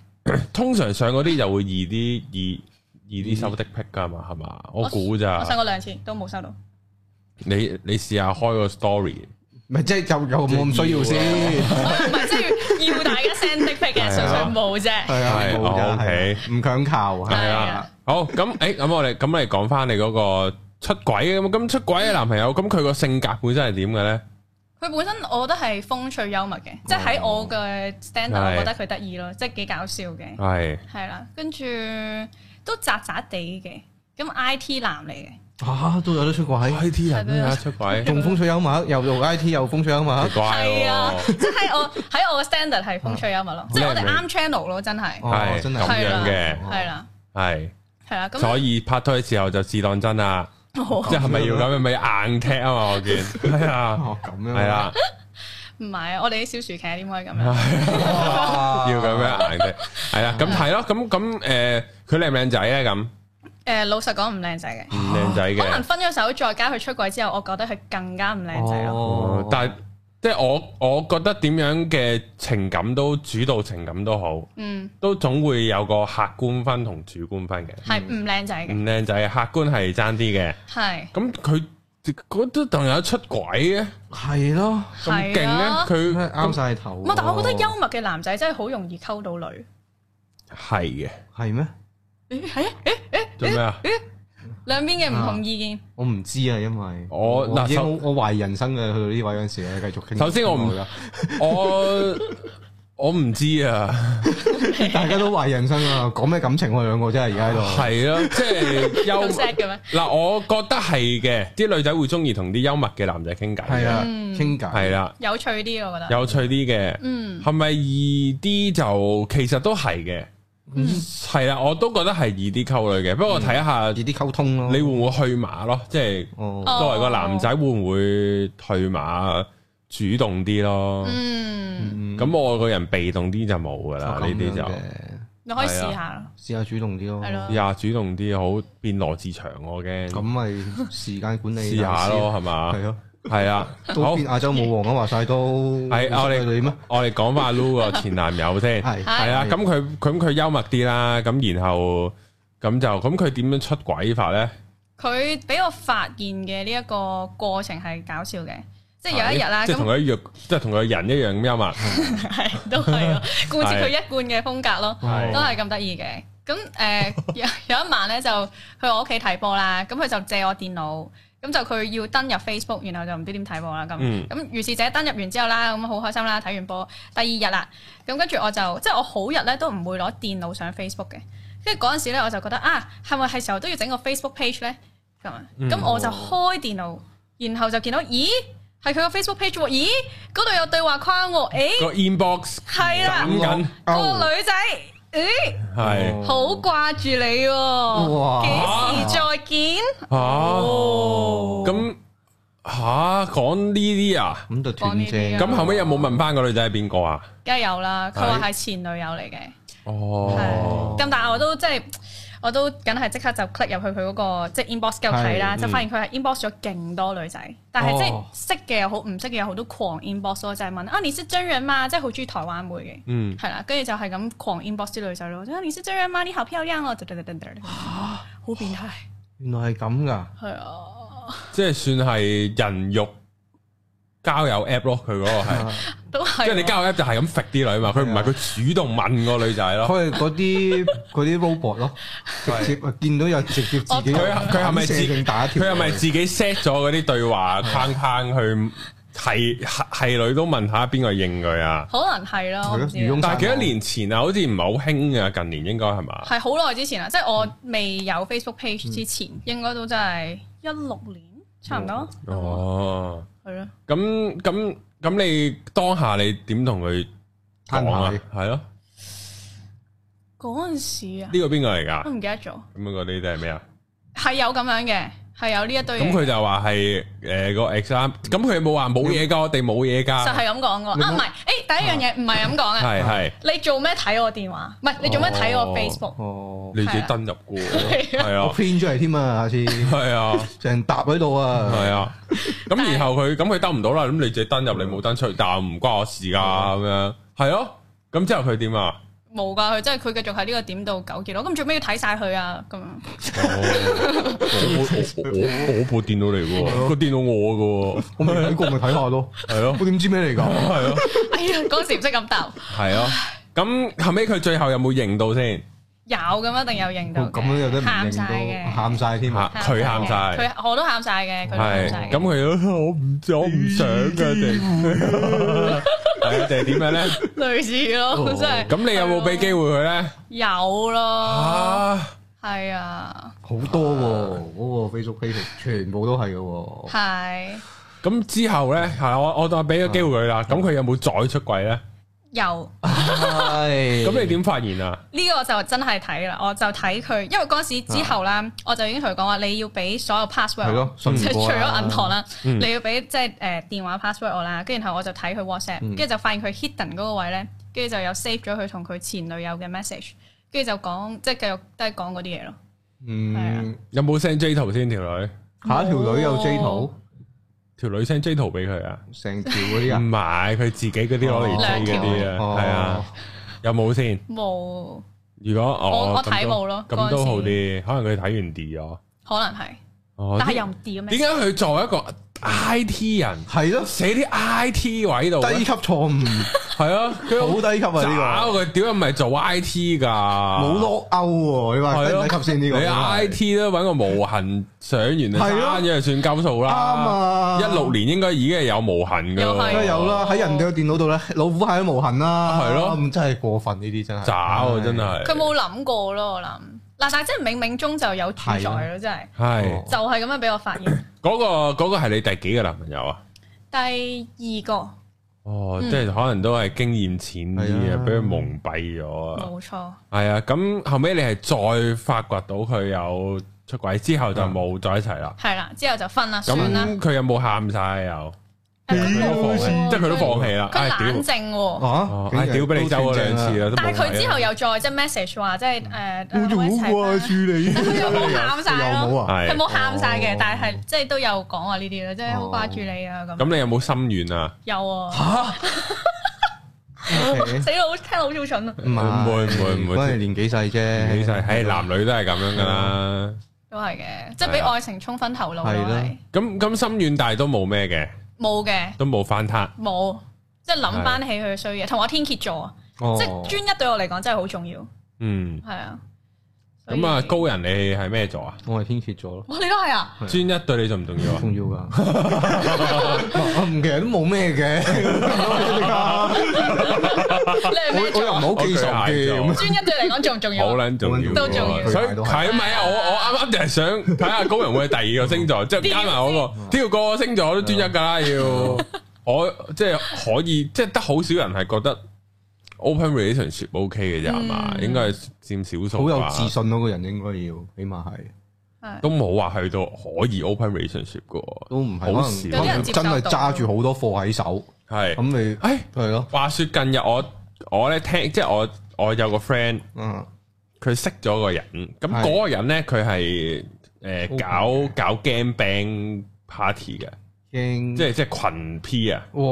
通常上嗰啲就會易啲，易易啲收的 pic 噶嘛，係嘛？我估我上咋？過兩次都冇收到，你你試下開個 story，咪即係有有冇咁需要先？我又唔係即係要大家 send dick pic 係啊嘅，純粹冇啫。係啊，係冇哦㗎係 OK 啊，唔強求係係係啊啊。好咁，誒咁我哋咁嚟講翻你嗰個出軌咁，咁出軌嘅男朋友，咁佢個性格本身係點嘅咧？佢本身我覺得係風趣幽默嘅，即係喺我嘅 standard，啊係我覺得佢得意咯，即係幾搞笑嘅。係係啦，跟住都渣渣地嘅。咁 I T 男嚟嘅，吓啊都有得出啊軌， I T 人都有得出軌，仲風趣幽默，又做 I T 又風趣幽默奇，怪係啊，喎，即 係我喺我嘅 standard 係風趣幽哦默咯，即係我哋啱 channel 咯，真係哦係真係咁樣嘅，係啦，係，係啦，咁哦所以拍拖嘅時候就試當真啦，我即係咪要咁樣咪硬踢啊嘛？我見係啊，哦咁樣，係啦，唔係啊，我哋啲小薯茄點可以咁樣？哇，要咁樣硬踢，係啦，咁係咯，咁咁诶，佢靚唔靚仔咧？咁誒，老實講唔靚仔唔嘅，靚仔可能嘅，分咗手再加佢出軌之後，我覺得佢更加唔靚仔啊咯。哦但係即係我我覺得點樣嘅情感都主導情感都好，嗯，都總會有個客觀分同主觀分嘅。係唔靚仔唔嘅，靚仔，客觀係爭啲嘅。係咁佢嗰都仲有出軌嘅，係咯，咁勁係啊咧，佢啱晒頭啊唔喎。係但我覺得幽默嘅男仔真係好容易溝到女。係嘅。係咩？做咩啊？兩邊嘅唔同意嗯見，我唔知啊，因為我嗱已經首我我懷疑人生嘅去到呢位嗰陣時咧，繼續傾。首先我唔我我唔知啊，大家都懷疑人生啊，講咩感情我哋兩個真係而家喺度。係咯，即係幽 咁 sad 嘅咩？嗱，我覺得係嘅，啲女仔會中意同啲幽默嘅男仔傾偈係嘅，啊，嗯傾偈係啦，有趣啲我覺得。有趣啲嘅，嗯，係咪易啲就其實都係嘅，嗯係啦，我都覺得係易啲溝女嘅，不過睇下易啲溝通咯。你會唔會去馬咯，即係。哦哦作為個男仔，會唔會退馬主動啲咯？嗯，咁、我個人被動啲就冇噶啦，咁呢啲樣就嘅你可以試下咯。試下主動啲啊咯。係咯呀主動啲好變羅志祥我咁驚，咪時間管理試下咯，係嘛係？咯，係啊，都好變，亞洲舞王啊，話晒都係我哋你咩？我哋講翻阿 Lu 個前男友先， 係係啊啦，咁佢咁佢幽默啲啦，咁然後咁就咁佢點樣出軌法咧？佢俾我發現嘅呢一個過程係搞笑嘅，即係有一日啦，即係同咁啊佢一樣，即係同佢人一樣幽默，係都 係咯，貫徹佢一貫嘅風格咯。係都係咁得意嘅。咁誒、呃有有一晚咧就去我屋企睇波啦，咁佢就借我電腦，咁就佢要登入 Facebook，然後就唔知點睇波啦咁。嗯咁、於是者登入完之後啦，咁好開心啦，睇完波第二日啦，咁跟住我就即係我好日咧都唔會攞電腦上 Facebook 嘅，跟住嗰陣時咧我就覺得啊，係咪係時候都要整個 Facebook page 咧？咁啊咁、我就開電腦，然後就見到咦係佢個 Facebook page 喎，咦嗰度有對話框喎，誒個 inbox 係啦咁，緊哦個女仔誒。係好掛住你哇喎，幾時再見？哦，咁吓講呢啲啊？咁就斷正。咁後尾有冇問翻個女仔係邊個啊？梗係有啦，佢話係前女友嚟嘅，哦係，咁但係我都即係。我都梗係即刻就 click 入去佢嗰個即係嗯 inbox 嗰度睇啦，係就發現佢係 inbox 咗勁多女仔，但係哦即係識嘅又好，唔識嘅又好，都狂 inbox 咯，就係問啊你識真人嘛？即係好中意台灣妹嘅，嗯，係啦，跟住就係咁狂 inbox 啲女仔咯，啊你識真人嘛？你好漂亮哦，好變態，原來係咁㗎，係啊，即係算係人肉交友 app 咯，佢嗰個係，都係即喎。係你交友 app 就係咁揈啲女嘛，佢唔係啊佢主動問個女仔咯，佢係嗰 啲嗰啲 robot 咯，直接啊見到有直接自己佢佢係咪自射定打一條？啊佢係咪自己 set 咗嗰啲對話框框去係係係女都問下邊個應佢啊？可能係咯，係我咯唔知魚翁但係幾多年前啊，好似唔係好興啊，近年應該係嘛？係好耐之前啦，即係我未有 Facebook page 之前，應該都真係一六年差唔多，哦，係咯。咁咁咁，你當下你點同佢攤講啊牌？係咯，嗰陣時啊，呢個邊個嚟㗎？我唔記得咗，咁嗰啲都係咩啊？係有咁樣嘅，係啊有呢一堆咁嘢，佢就話係誒個 ex 啦，咁佢有冇話冇嘢㗎，我哋冇嘢就㗎，係咁講過。你冇啊，唔係，誒第一樣嘢唔係咁講啊，係係你做咩睇我電話？唔係你做咩睇哦我 Facebook？哦，你自己登入嘅喎，係啊係我啊 print 出嚟添啊，下次係啊成沓喺度啊，係啊，咁然後佢咁佢登唔到啦，咁你自己登入你冇登出，但係唔關我事㗎咁樣，係咯，咁之後佢點啊？冇㗎，佢真係佢繼續喺呢個點度糾結咯。咁做咩要睇晒佢啊？咁樣我我我我部電腦嚟嘅喎，個電腦我我未睇過咪睇下咯，嘅喎，係咯我點知咩嚟 㗎？係咯哎呀，嗰陣時唔識咁答，係咯，咁後尾佢最後有冇認到先？有咁一定有認到嘅，咁樣有得唔喊認晒到，嘅。喊晒添啊！嚇佢喊晒佢我都喊晒嘅，佢都喊晒係，嘅。咁佢都 我唔我唔想㗎，定係啊定係點樣咧？ 類似咯，真係。咁你有冇俾機會佢咧？有咯，啊，係啊，好多喎，嗰個 Facebook page 全部都係嘅喎。係咁之後咧，係啦啊我我當俾咗機會佢啦。咁佢有冇再出軌咧？有係咁你 點發現啊？呢個就真係睇啦，我就睇佢，因為嗰陣時之後啦，我就已經同佢講話，你要俾所有 password 係我咯信唔 即係除過啊咗銀行啦，嗯你要俾即係誒電話 password 我啦，跟住然後我就睇佢 WhatsApp，跟住就發現佢 hidden 嗰個位咧，跟住就有 save 咗佢同佢前女友嘅 message，跟住就講即係繼續都係講嗰啲嘢咯。係嗯，有冇 send J 圖先條女？下一條女有 J 圖，條女 send J 圖俾佢啊？成條嗰啲唔啊，係，佢自己嗰啲攞嚟哦兩 J 嗰條哦啲啊，係啊，有冇先？冇，如果我我我睇冇咯咁嗰陣都時好啲，可能佢睇完 D 咗。可能係，哦但係又唔 d 點咩？解佢作為一個 I T 人，係咯，寫啲 I T 位度呢？低級 錯誤，係啊，佢好低級啊渣呢個，佢屌又唔係做 I T 㗎，冇冇 lock out 喎，你話低唔低級先呢個？你 I T 都揾個無痕上完就係咯刪咗就算鳩數啱啦。啊，一六年應該已經係有無痕㗎又啦，係梗係有啦，喺人哋嘅電腦度咧，老虎蟹都無痕啦，係咯咁真係過分呢啲真係，渣喎真係。佢冇諗過咯，我諗嗱，但係真係冥冥中就有主宰咯，真係係就係咁樣俾我發現。嗰個嗰個係你第幾個男朋友啊？第二個哦，嗯即係可能都係經驗淺啲係啊，啊俾佢蒙蔽咗啊。冇錯，係啊，咁後尾你係再發掘到佢有出軌之後啊就冇再一齊啦。係啦，之後就分啦，咁算啦。佢有冇喊晒又？誒佢佢都放冇棄，喎即係佢都放棄啦。唉，佢屌！冷靜喎。哦啊，唉，屌俾你走咗咗兩次啦，都冇啊嗯但係佢計之後又再即係 message 話，即係誒，呃冇我一做好齊過啊，啦處 理，但佢又冇喊晒又冇咯，啊，哎係佢冇喊晒嘅哦，但係即係都有講話呢啲咯，即係好掛住你啊咁。哦咁你有冇心軟啊？有啊，嚇 OK 死佬聽到好似好蠢啊！唔係唔會唔會唔會嗰陣年紀細啫，其實係男女都係咁樣噶啦。都係嘅，即係俾係啊愛情沖昏頭腦咯，係啦係咁咁心軟，但係都冇咩嘅，冇嘅，都冇翻撻。冇，即係諗翻起佢嘅衰嘢，同我天蝎座啊，哦即係專一對我嚟講真係好重要，嗯，係啊。所以咁啊，高人你係咩座啊？我係天蝎座咯。哇，你都係 啊，專一對你重唔重要啊？重要 噶，我唔其實都冇咩 嘅，你係我我又咩唔座？啊好記仇嘅，專一對嚟講重唔重要好啊？撚重要，都重要所以係咪啊？我我啱啱就係想睇下高人會係第二個星座，即係加埋我個，屌個星座都專一噶啦，要我即係可以，即係得好少人係覺得 open relationship OK 嘅啫，係嘛？嗯應該係佔少數 好吧。有自信咯，個人應該要，起碼係係都冇話去到可以 open relationship 噶，都唔係好少可能可能真係揸住好多貨喺手，係咁。你唉，係咯，話說近日我我咧聽，即係我我有個 friend。嗯，佢識咗個人，咁係嗰個人咧佢係誒 Open 搞搞 game bang party 嘅，驚即係即係群 P 啊，哇，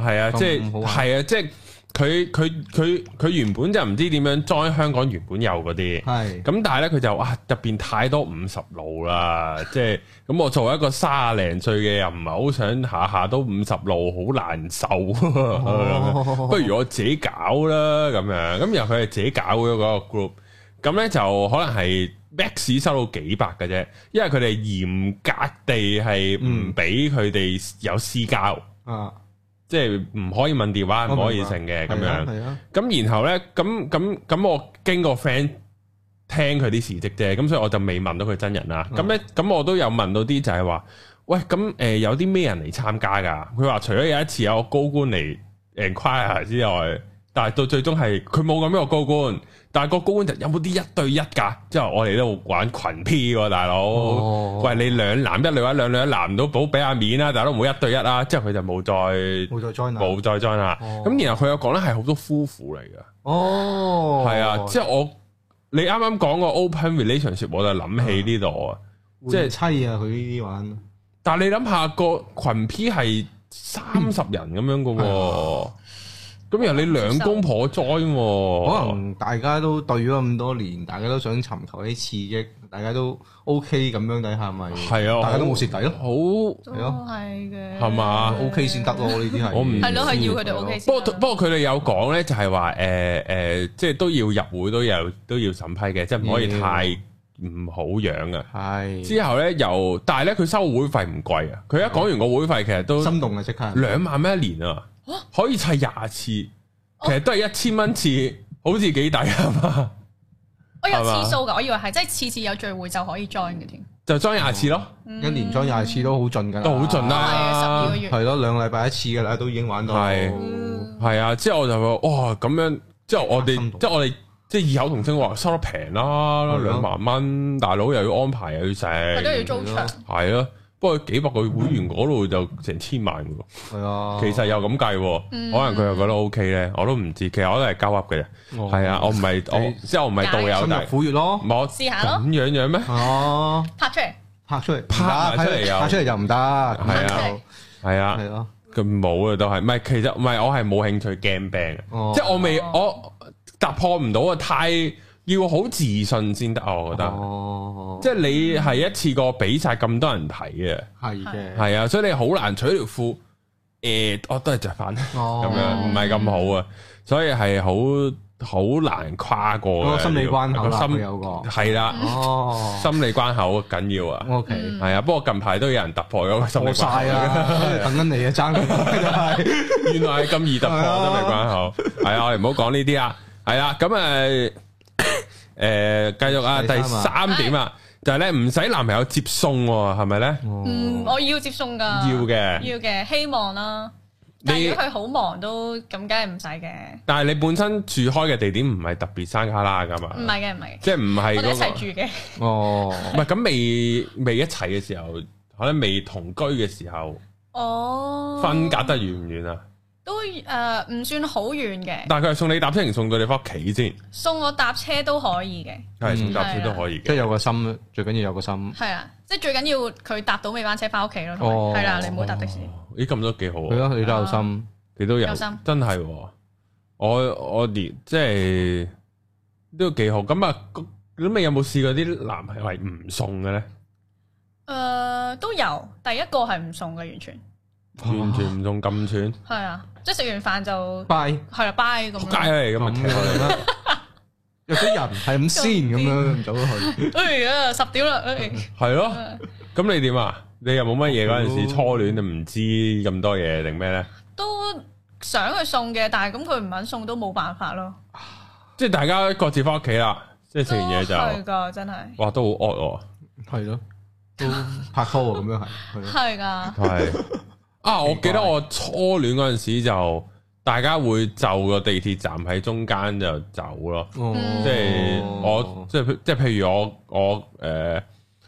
係啊，嗯咁即係好玩係啊，即係佢佢佢佢原本就唔知點樣 join 香港原本有嗰啲，係咁但係咧佢就哇入邊太多五十路啦， 即係咁我作為一個卅零歲嘅又唔係好想下下都五十路，好難受。 哦不如我自己搞啦咁樣，咁然後佢係自己搞咗嗰個 group，咁咧就可能係 max 收到幾百嘅啫，因為佢哋嚴格地係唔俾佢哋有私交，啊，即係唔可以問電話，唔可以成嘅咁樣。係啊，咁然後咧，咁咁咁我經過 friend 聽佢啲事蹟啫，咁所以我就未問到佢真人啦。咁咧、咁我都有問到啲就係話，喂，咁誒、呃有啲咩人嚟參加㗎？佢話除咗有一次有個高官嚟 enquire 之外，但係到最終係佢冇咁樣個高官，但係個高官就有冇啲一對一㗎？之後我哋都玩群 P 喎，大佬。哦喂，你兩男一女或者兩女一男都保俾下面啦，大佬唔好一對一啦。之後佢就冇再冇再 join 啊，冇再 join 啦。哦咁、然後佢又講咧係好多夫婦嚟嘅，哦，係、啊，即係我你啱啱講個 open relationship，我就諗起呢度啊。即係換妻啊，佢呢啲玩，但係你諗下個群 P 係三十人咁樣嘅喎，咁然後你兩公婆 join，喎可能大家都對咗咁多年，大家都想尋求啲刺激，大家都 OK 咁樣底下咪，係啊，大家都冇蝕底咯。好。好都係咯係嘅，係嘛 OK 先得咯，呢啲係啊啊我唔係咯，係要佢哋 OK 先不過得。不過佢哋有講咧，就係話誒誒，即係都要入會都有都要審批嘅，即係唔可以嗯太唔好樣啊。係之後咧又，但係咧佢收會費唔貴啊！佢一講完個會費，其實都心動啊！即刻兩萬蚊一年啊，可以哦砌廿次，其實都係一千蚊次，好似幾抵啊嘛！ 我有係嘛次數㗎，我以為係即係次次有聚會就可以 join 嘅添，就裝廿次咯，哦一年裝廿次都好盡㗎啦，都好盡係啊，十二啦個，月，係咯，兩禮拜一次㗎啦，都已經玩到。係係啊，之後我就話哇咁樣，之後我心哋動即係我哋即係異口同聲話收得平啦，咯兩萬蚊，大佬又要安排又要食，佢都要租場，係咯。不過幾百個會員嗰度就成千萬嘅喎，係啊，其實又咁計喎，嗯可能佢又覺得 O K 咧，我都唔知。其實我都係交噏嘅啫，哦係啊，我唔係我你即係我唔係導加遊，深入但係苦月咯，我試下咯咁樣樣咩？哦，拍出嚟，拍出嚟，嗯拍埋出嚟又拍出嚟就唔得，係啊係啊係。咯，咁冇啊，都係，唔係其實唔係，我係冇興趣 game band 嘅，哦即係我未我突破唔到啊，太要好自信先得啊，我覺得，哦，即係你係一次過俾晒咁多人睇嘅，係嘅，係啊，所以你好難取條褲，誒、我都係着翻咁哦樣，唔係咁好啊，所以係好好難跨過嗰嘅個心理關口啦，個佢心有個，係啦，哦心理關口緊要啊， ，OK，係啊，不過近排都有人突破咗個心理關口過晒。 啊，等緊你啊，爭緊真係原來係咁易突破都未關口， 係啊，我哋唔好講呢啲啊，係啊，咁誒 誒繼續啊，第三第啊三點啊，就係咧唔使男朋友接送喎，係咪咧？哦嗯，我要接送㗎，要嘅，要嘅，希望啦。但係如果佢好忙都咁，梗係唔使嘅，但係你本身住開嘅地點唔係特別山卡拉噶嘛唔，係嘅，唔係嘅，啊即係唔係我哋一嗰齊個，住嘅，哦，唔係咁未未一齊嘅時候，可能未同居嘅時候，哦，分隔得遠唔遠啊？都誒唔算好遠嘅，但係佢係送你搭車定送到你翻屋企先？送我搭車都可以嘅，係送搭車都可以即嘅，係嗯有個心，最緊要有個心，係啊，即係最緊要佢搭到尾班車翻屋企咯，同哦埋係啦，你唔好搭的士，咦咁都幾好啊係！咯，你都有心，佢都有有心真係喎，我我連即係都幾好。咁啊，咁你有冇試過啲男朋友係唔送嘅咧？誒呃都有，第一個係唔送嘅，完全啊完全唔送咁串，係啊，即係食完飯就拜。係啦，bye 咁仆樣，街嚟咁咁啊！其實樣，有啲人係咁先咁樣唔走咗去，哎啊十點啦， 哎係咯，咁你點啊？你又冇乜嘢嗰陣時冇初戀，你唔知咁多嘢定咩咧？都想佢送嘅，但係咁佢唔肯送都冇辦法咯，即係大家各自翻屋企啦，即係食完嘢都係就㗎，真係哇都好惡係咯，都拍拖咁樣係，係咯喎，係㗎，係啊！我記得我初戀嗰陣時就大家會就個地鐵站喺中間就走咯。哦嗯即係我即係即係譬如我我誒，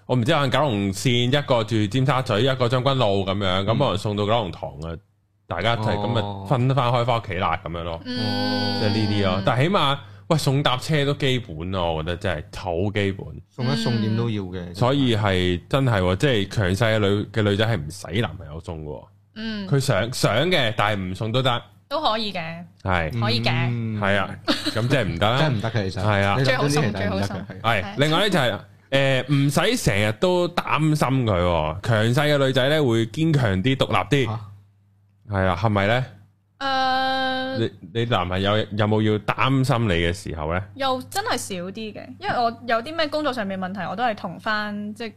我唔知可能九龍線一個住尖沙咀，一個將軍澳咁樣，咁可能送到九龍塘啊，大家一齊咁啊哦分翻開翻屋企啦咁樣咯，哦即嗯，係呢啲咯。啊但係起碼喂送搭車都基本咯，我覺得真係好基本，送一送點都要嘅，所以係真係喎即係強勢嘅女嘅女仔係唔使男朋友送嘅喎，嗯佢想想嘅，但係唔送都得，都可以嘅，係可以嘅嗯係啊，，咁即係唔得啦真係。唔得嘅其實，係啊你諗最好到呢送樣嘢唔得最好嘅，係系係，另外咧就係诶唔使成日都擔心佢喎，強勢嘅女仔咧會堅強啲、獨立啲，啊係啦，係咪咧？誒。你你男朋友有冇要擔心你嘅時候咧？又真係少啲嘅，因為我有啲咩工作上面問題，我都係同翻即係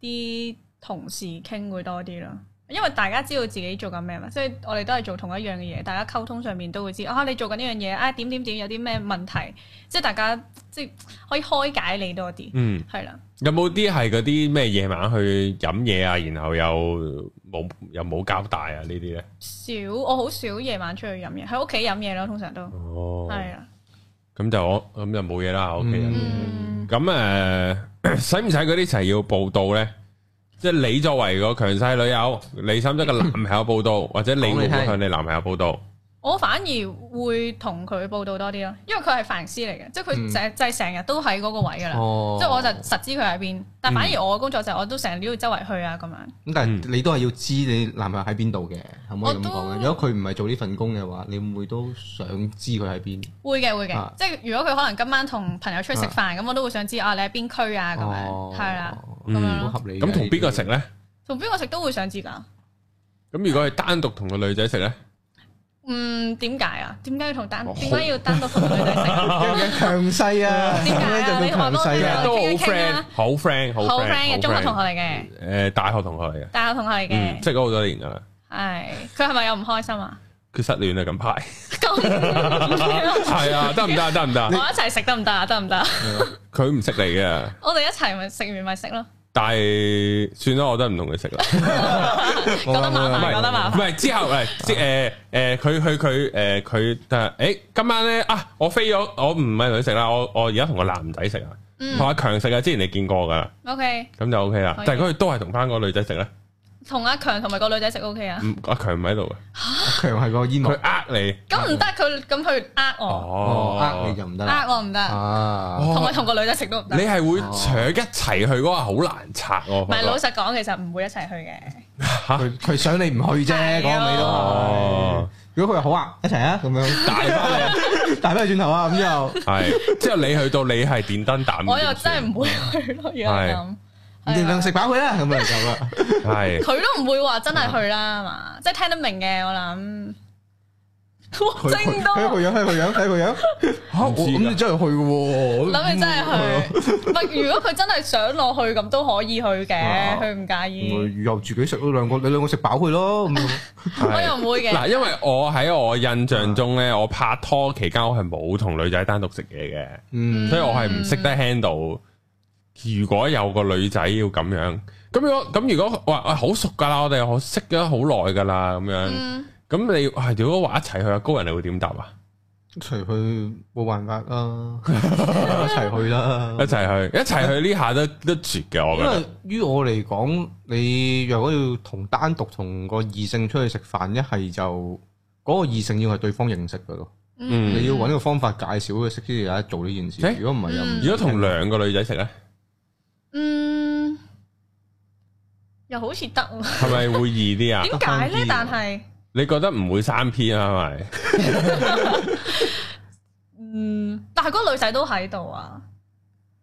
啲同事傾會多啲咯。因為大家知道自己做緊咩嘛，即係我哋都係做同一樣嘅嘢，大家溝通上面都會知啊，你做緊呢樣嘢啊，點點點有啲咩問題，即係大家即係可以開解你多啲，嗯，係啦，有冇啲係嗰啲咩夜晚去飲嘢啊，然後又冇又冇交代啊呢啲咧？少我好少夜晚出去飲嘢，喺屋企飲嘢咯，通常都哦，係啊，咁就我咁就冇嘢啦，喺屋企人。嗯，咁诶，呃 使唔使嗰啲成日要報道咧？即係你作為個強勢女友，你使唔使個男朋友報道，或者你會唔會向你男朋友報道？我反而會同佢報道多啲咯，因為佢係煩師嚟嘅，即係嗯佢成就係成日都喺嗰個位㗎啦。哦，即係我就實知佢喺邊，但反嗯而我嘅工作就係我都成日都要周圍去啊咁樣。咁，但係你都係要知你男朋友喺邊度嘅，可唔可以咁我講都咧？如果佢唔係做呢份工嘅話，你會唔會都想知佢喺邊？會嘅會啊嘅，即係如果佢可能今晚同朋友出去食飯，咁我都會想知啊你喺邊區啊咁哦樣，係啦，嗯咁樣好咯。合理嘅。咁同邊個食咧？同邊個食都會想知㗎。咁如果係單獨同個女仔食咧，嗯，點解啊？點解要同單？哦點解要單獨同女仔 食啊？強勢啊！點解啊咁 樣就叫強你勢話啊！幫都好傾一傾 friend，啊好 friend，好好 friend 嘅中學同學學，嚟嘅，誒大學同學嚟嘅，大學同學嚟嗯，嘅，識咗好多年噶啦。 係佢係咪又唔開心啊？佢失戀啦，近排 咁係啊， 得唔得？得唔得？我一齊食得唔得啊？得唔得啊？ 佢唔識你嘅，我哋一齊咪食完咪食咯，但係算啦，我都係唔同佢食啦。覺得麻哦唔煩，覺得麻係唔煩。係之後誒即誒誒佢佢佢誒佢誒誒今晚咧啊我飛咗我唔係同佢食啦我我而家同個男仔食啊嗯同阿強食啊之前你見過噶啦 OK，咁就 OK 啦可以但係如果佢都係同翻個女仔食咧同阿強同埋個女仔食 OK 啊？唔阿強唔喺度嘅強係個煙幕佢，呃你咁唔得，佢咁佢呃我，哦，呃你哦就唔得啦。呃我唔得，啊，哦同埋同個女仔食都唔得你。係會搶一齊去嗰個好難拆我唔係老實講，其實唔會一齊去嘅。嚇佢佢想你唔去啫，係啊講到尾都係哦。如果佢話好啊，一齊啊，咁樣大翻 大翻轉頭啊，咁之後你係之後你去到你係電燈膽我又真係唔會去咯，如果係咁。你係啊兩食飽佢啦，咁咪就啦。係佢都唔會話真係去啦嘛，即係聽得明嘅我諗。佢哇正佢睇多個，樣，睇個樣，睇個樣。嚇，我唔知㗎啊咁你真係去喎。嗯諗你真係去。唔係，如果佢真係想落去咁都可以去嘅，啊佢唔介我意。又自己食咯，兩個你兩個食飽佢咯。咁我係又唔會嘅。嗱，因為我喺我印象中咧，我拍拖期間我係冇同女仔單獨食嘢嘅，嗯，所以我係唔識得 handle。如果有個女仔要咁樣，咁如果咁如果話啊好熟噶啦，我哋好識咗好耐噶啦，咁樣嗯，咁你係如果話一齊去啊，高人你會點答啊？一齊去冇辦法 啦，一齊去啦嗯一。齊去，一齊去呢下都都絕嘅，我因覺得為於我嚟講，你若果要同單獨同個異性出去食飯，一係就嗰個異性要係對方認識嘅咯，嗯你要揾個方法介紹佢識先至有得做呢件欸事。如果唔係又唔嗯如果同兩個女仔食咧，嗯，又好似得喎。係咪會易啲啊？點解咧得？翻但啲係，你覺得唔會三 P 啊？係咪？嗯，但係嗰個女仔都喺度啊，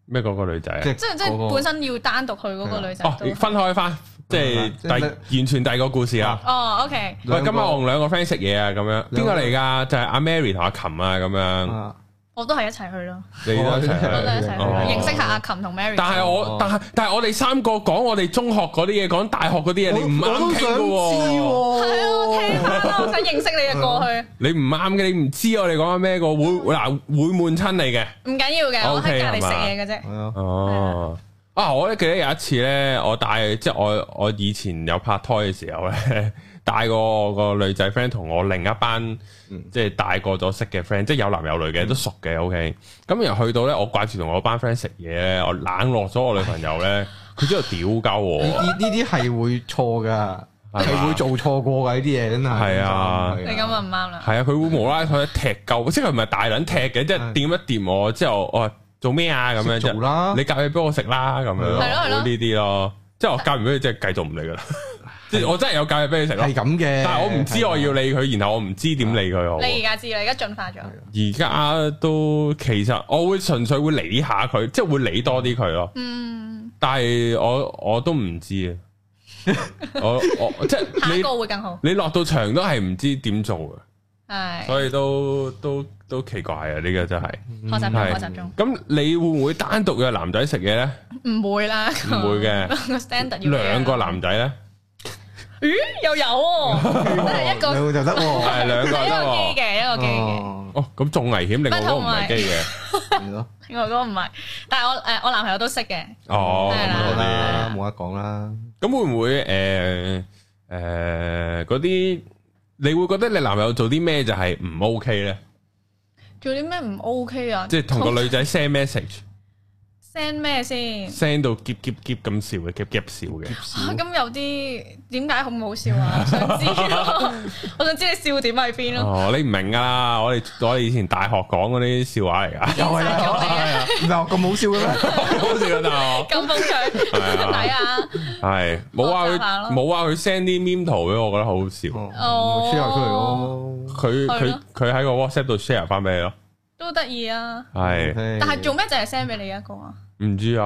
咩嗰個女仔啊？係即係即嗰係個本身要單獨去嗰個女仔哦，都係。分開翻，即係即第係啊完全第二個故事啦。哦，OK，喂，兩個今晚我同兩個 friend 食嘢啊，咁樣邊個嚟噶？就係阿 Mary 同阿琴啊，咁樣啊我都係一齊去咯，你都一我都齊係去。一齊去哦咯，認識下阿琴同 Mary。但係我哦，但係但係我哋三個講我哋中學嗰啲嘢，講大學嗰啲嘢，我你唔我都啱傾想嘅喎。係啊，我知喎。聽翻啦，我想認識你嘅過去，你唔啱嘅，你唔知我哋講緊咩個會嗱會悶親你嘅。唔緊要嘅，我哦 OK，喺隔係離食嘛嘢嘅啫。係啊，哦。啊！我咧記得有一次咧，我帶即係我我以前有拍拖嘅時候咧， 帶過我個女仔 friend 同我另一班、嗯即係大個咗識嘅 friend，即係有男有女嘅都熟嘅。OK，咁然後去到咧，我掛住同我班 friend 食嘢咧，我冷落咗我女朋友 咧，佢之後屌鳩我呢。啲呢啲係會錯噶，係嘛係會做錯過㗎呢啲嘢，真係。係啊你咁啊唔啱啦。係啊，佢會無啦啦佢踢鳩，即係佢唔係大撚踢嘅，即係係掂一掂我之後，我話做咩啊咁樣識啫做啦你夾嘢俾我食啦咁樣，係咯係咯會呢啲咯，即係我夾完俾佢，即係繼續唔理噶啦，即係我真係有夾嘢俾佢食咯係，咁嘅。但係我唔知我要你理佢，然後我唔知點理佢好。你而家知啦，而家進化咗。而家都其實我會純粹會理下佢，即係會理多啲佢咯，嗯，但係我我都唔知啊，我我即下係一你個會更好。你落到場都係唔知點做嘅。係所以都都都奇怪啊！呢、個真係。學習中，嗯係學習中，咁你會唔會單獨約男仔食嘢咧？唔會啦，唔會嘅 個 standard 要 兩個，男仔咧，咦又有 喎，真係一個兩個就得喎。係兩個一得個喎機。嘅，一個機嘅。哦哦，咁仲危險，另外嗰個唔係機嘅。係咯，我嗰個唔係，但係我誒我男朋友都識嘅，哦，係咁冇嗰得啲，啦，冇得講啦。咁會唔會誒誒嗰啲？你會覺得你男朋友做啲咩就係唔 OK 咧？做啲咩唔 OK 啊？即係同個女仔 send message，send send 咩先？到夾夾夾咁笑嘅，夾夾笑嘅。啊咁有啲點解好唔好 笑啊？想知咯，我想知你笑點喺邊咯。哦，你唔明噶啦，我哋我哋以前大學講嗰啲笑話 嚟噶，又係晒咗你啊啊，唔係我咁好笑 嘅咩？好笑啊！大學。咁風趣，啊睇下系冇話學習下咯佢冇話佢 send 啲 meme 圖俾我，我覺得好好笑。哦 share 出嚟咯。佢係佢咯佢喺個 WhatsApp 度 share 翻俾你咯，都得意啊！係但係做咩就係 send 俾你一個啊？唔知啊？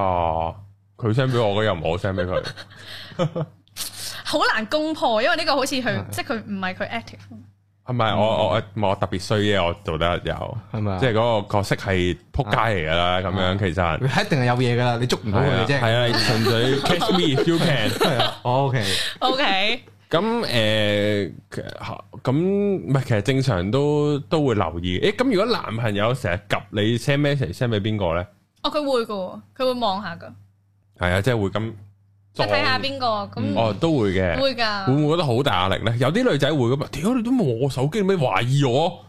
佢 send 俾我嘅又唔係我 send 俾佢，好難攻破，因為呢個好似佢即係佢唔係佢 active。係咪我我我特別衰嘅？我做得有，係咪啊？即係嗰個角色係撲街嚟㗎啦，咁樣其實佢一定係有嘢噶啦，你捉啊唔到係佢啊，嘅啫。係啊，純粹 catch me if you can。係啊，O K， O K，咁誒，呃咁唔係，其實正常都都會留意。誒，咁如果男朋友成日及你 send message send 俾邊個咧？哦，佢會噶，佢會望下噶，係啊，即係會咁即係睇下邊個咁哦，都會嘅。會㗎。會唔會覺得好大壓力咧？有啲女仔會咁啊！屌你都冇我手機，你咪懷疑我？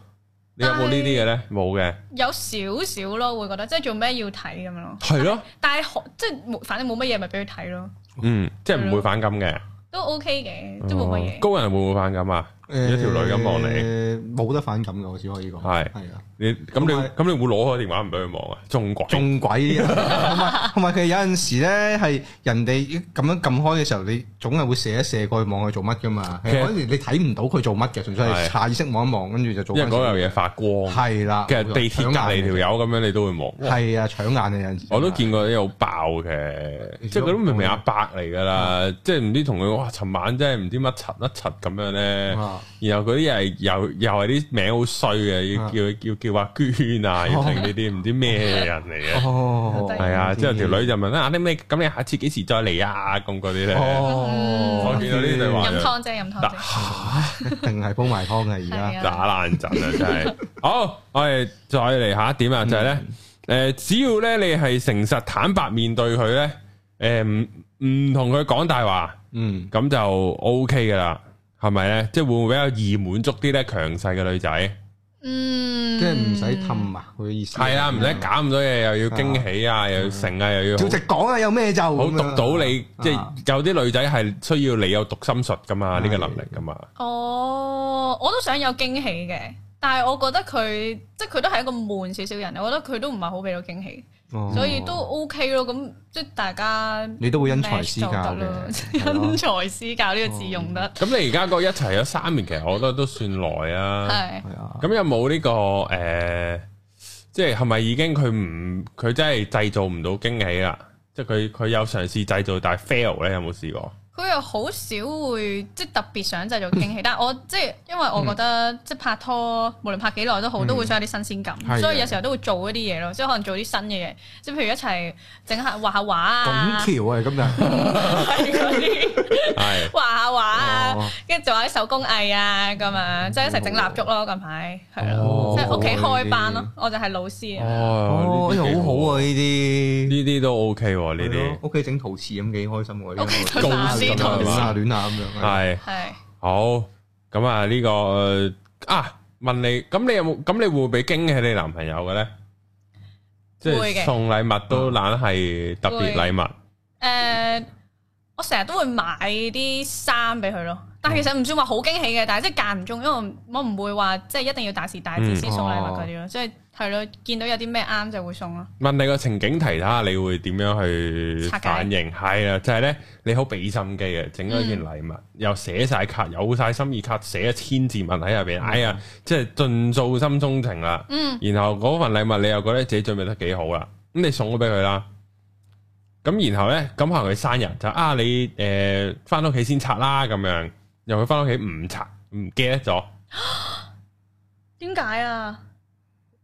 你有冇呢啲嘅咧？冇嘅，有少少咯，會覺得即係做咩要睇咁樣咯。係咯，但係可即係冇，反正冇乜嘢咪俾佢睇咯，嗯，即係唔會反感嘅，都 OK 嘅，都冇乜哦嘢。高人會唔會反感啊？一條女咁望你，你，冇得反感嘅，我只可以講係係啊，你咁你同埋咁你會攞個電話唔俾佢望啊？中鬼 仲鬼啊！同埋同埋佢有陣時咧係人哋咁樣撳開嘅時候，你總係會射一射過去望佢做乜噶嘛。其實嗰陣時你睇唔到佢做乜嘅，純粹係係下意識望一望，跟住就做因為返嗰樣事嘢發光，係啦，其實地鐵隔離條友咁樣你都會望。係啊，搶眼嘅有陣時。我都見過啲有爆嘅，即係佢都明明阿伯嚟噶啦，即係唔知同佢哇，尋晚真係唔知乜柒乜柒咁樣咧。啊然後嗰啲又係又又係啲名好衰嘅，要啊叫叫叫阿娟啊，要成呢啲唔知咩人嚟嘅。哦，係啊，之後條女就問啦：啊你咩？咁你下次幾時再嚟啊？咁嗰啲咧，哦，我見到呢對 話飲湯啫，飲湯嗱啫。一定係煲埋湯嘅而係家。啊打爛陣啊！真係。好，我哋再嚟下一點嗯啊，就係咧，誒，只要咧你係誠實坦白面對佢咧，誒，唔唔同佢講大話，嗯，咁就 O K 噶啦，係咪咧？即係會唔會比較易滿足啲咧？強勢嘅女仔。嗯，即係唔使氹啊，佢嘅意思系啦，唔使搞咁多嘢，又要驚喜啊，又要成啊，又要好照直講啊，有咩就啊好好讀到你，即係有啲女仔係需要你有讀心術噶嘛，係呢個能力噶嘛，哦，我都想有驚喜嘅，但係我覺得佢即係佢都係一個悶少少人，我覺得佢都唔係好俾到驚喜，你所以都 OK 咯。咁即係大家你都會因材施教 match 就得咯 嘅。因材施教呢個字用得咁你而家個一齊咗三年，其實我覺得都算耐啊。係係啊，咁有冇呢個誒，即係係咪已經佢唔佢真係製造唔到驚喜啦？即係佢佢有嘗試製造，但係 fail 咧，有冇試過？佢又好少會即係特別想製造驚 喜，但係我即係因為我覺得即係拍拖，無論拍幾耐都好，都會想有啲新鮮嗯係啊感，嘅所以有時候都會做一啲嘢咯，即係可能做啲新嘅嘢，即係譬如一齊整下畫下畫啊，咁橋啊，今日係嗰啲係 畫下畫啊哦，跟住做下啲手工藝啊咁樣，即係一齊整蠟燭咯，近排係哦咯，即係屋企開班咯，哦我就係老師啊，哦哦，哎呀，好好啊！啊呢啲，呢啲都 OK 喎，呢啲屋企整陶瓷咁幾開心喎，啊屋企整陶瓷亂陶瓷下亂哦下咁樣。係。係好，咁啊呢個呃啊問你，咁你有冇咁你會唔會俾驚喜你男朋友嘅咧？即會係嘅送禮物都懶係特別禮物，誒，呃我成日都會買啲衫俾佢咯。嗯但係其實唔算話好驚喜嘅，但係即係間唔中，因為我我唔會話即係一定要大時大節先送禮嗯物嗰啲咯，哦即係係咯，見到有啲咩啱就會送咯。問你個情景題睇下你會點樣去拆解反應？係啊，就係咧你好俾心機嘅，整咗件禮物，又寫晒卡，有晒心意卡，寫一千字文喺入邊，哎呀，即係盡訴心中情啦。嗯，然後嗰份禮物你又覺得自己準備得幾好啦，咁你送咗俾佢啦。咁然後呢，咁可能佢生日就啊你誒翻屋企先拆啦咁樣，然後佢翻屋企唔拆，唔記得咗，點解啊？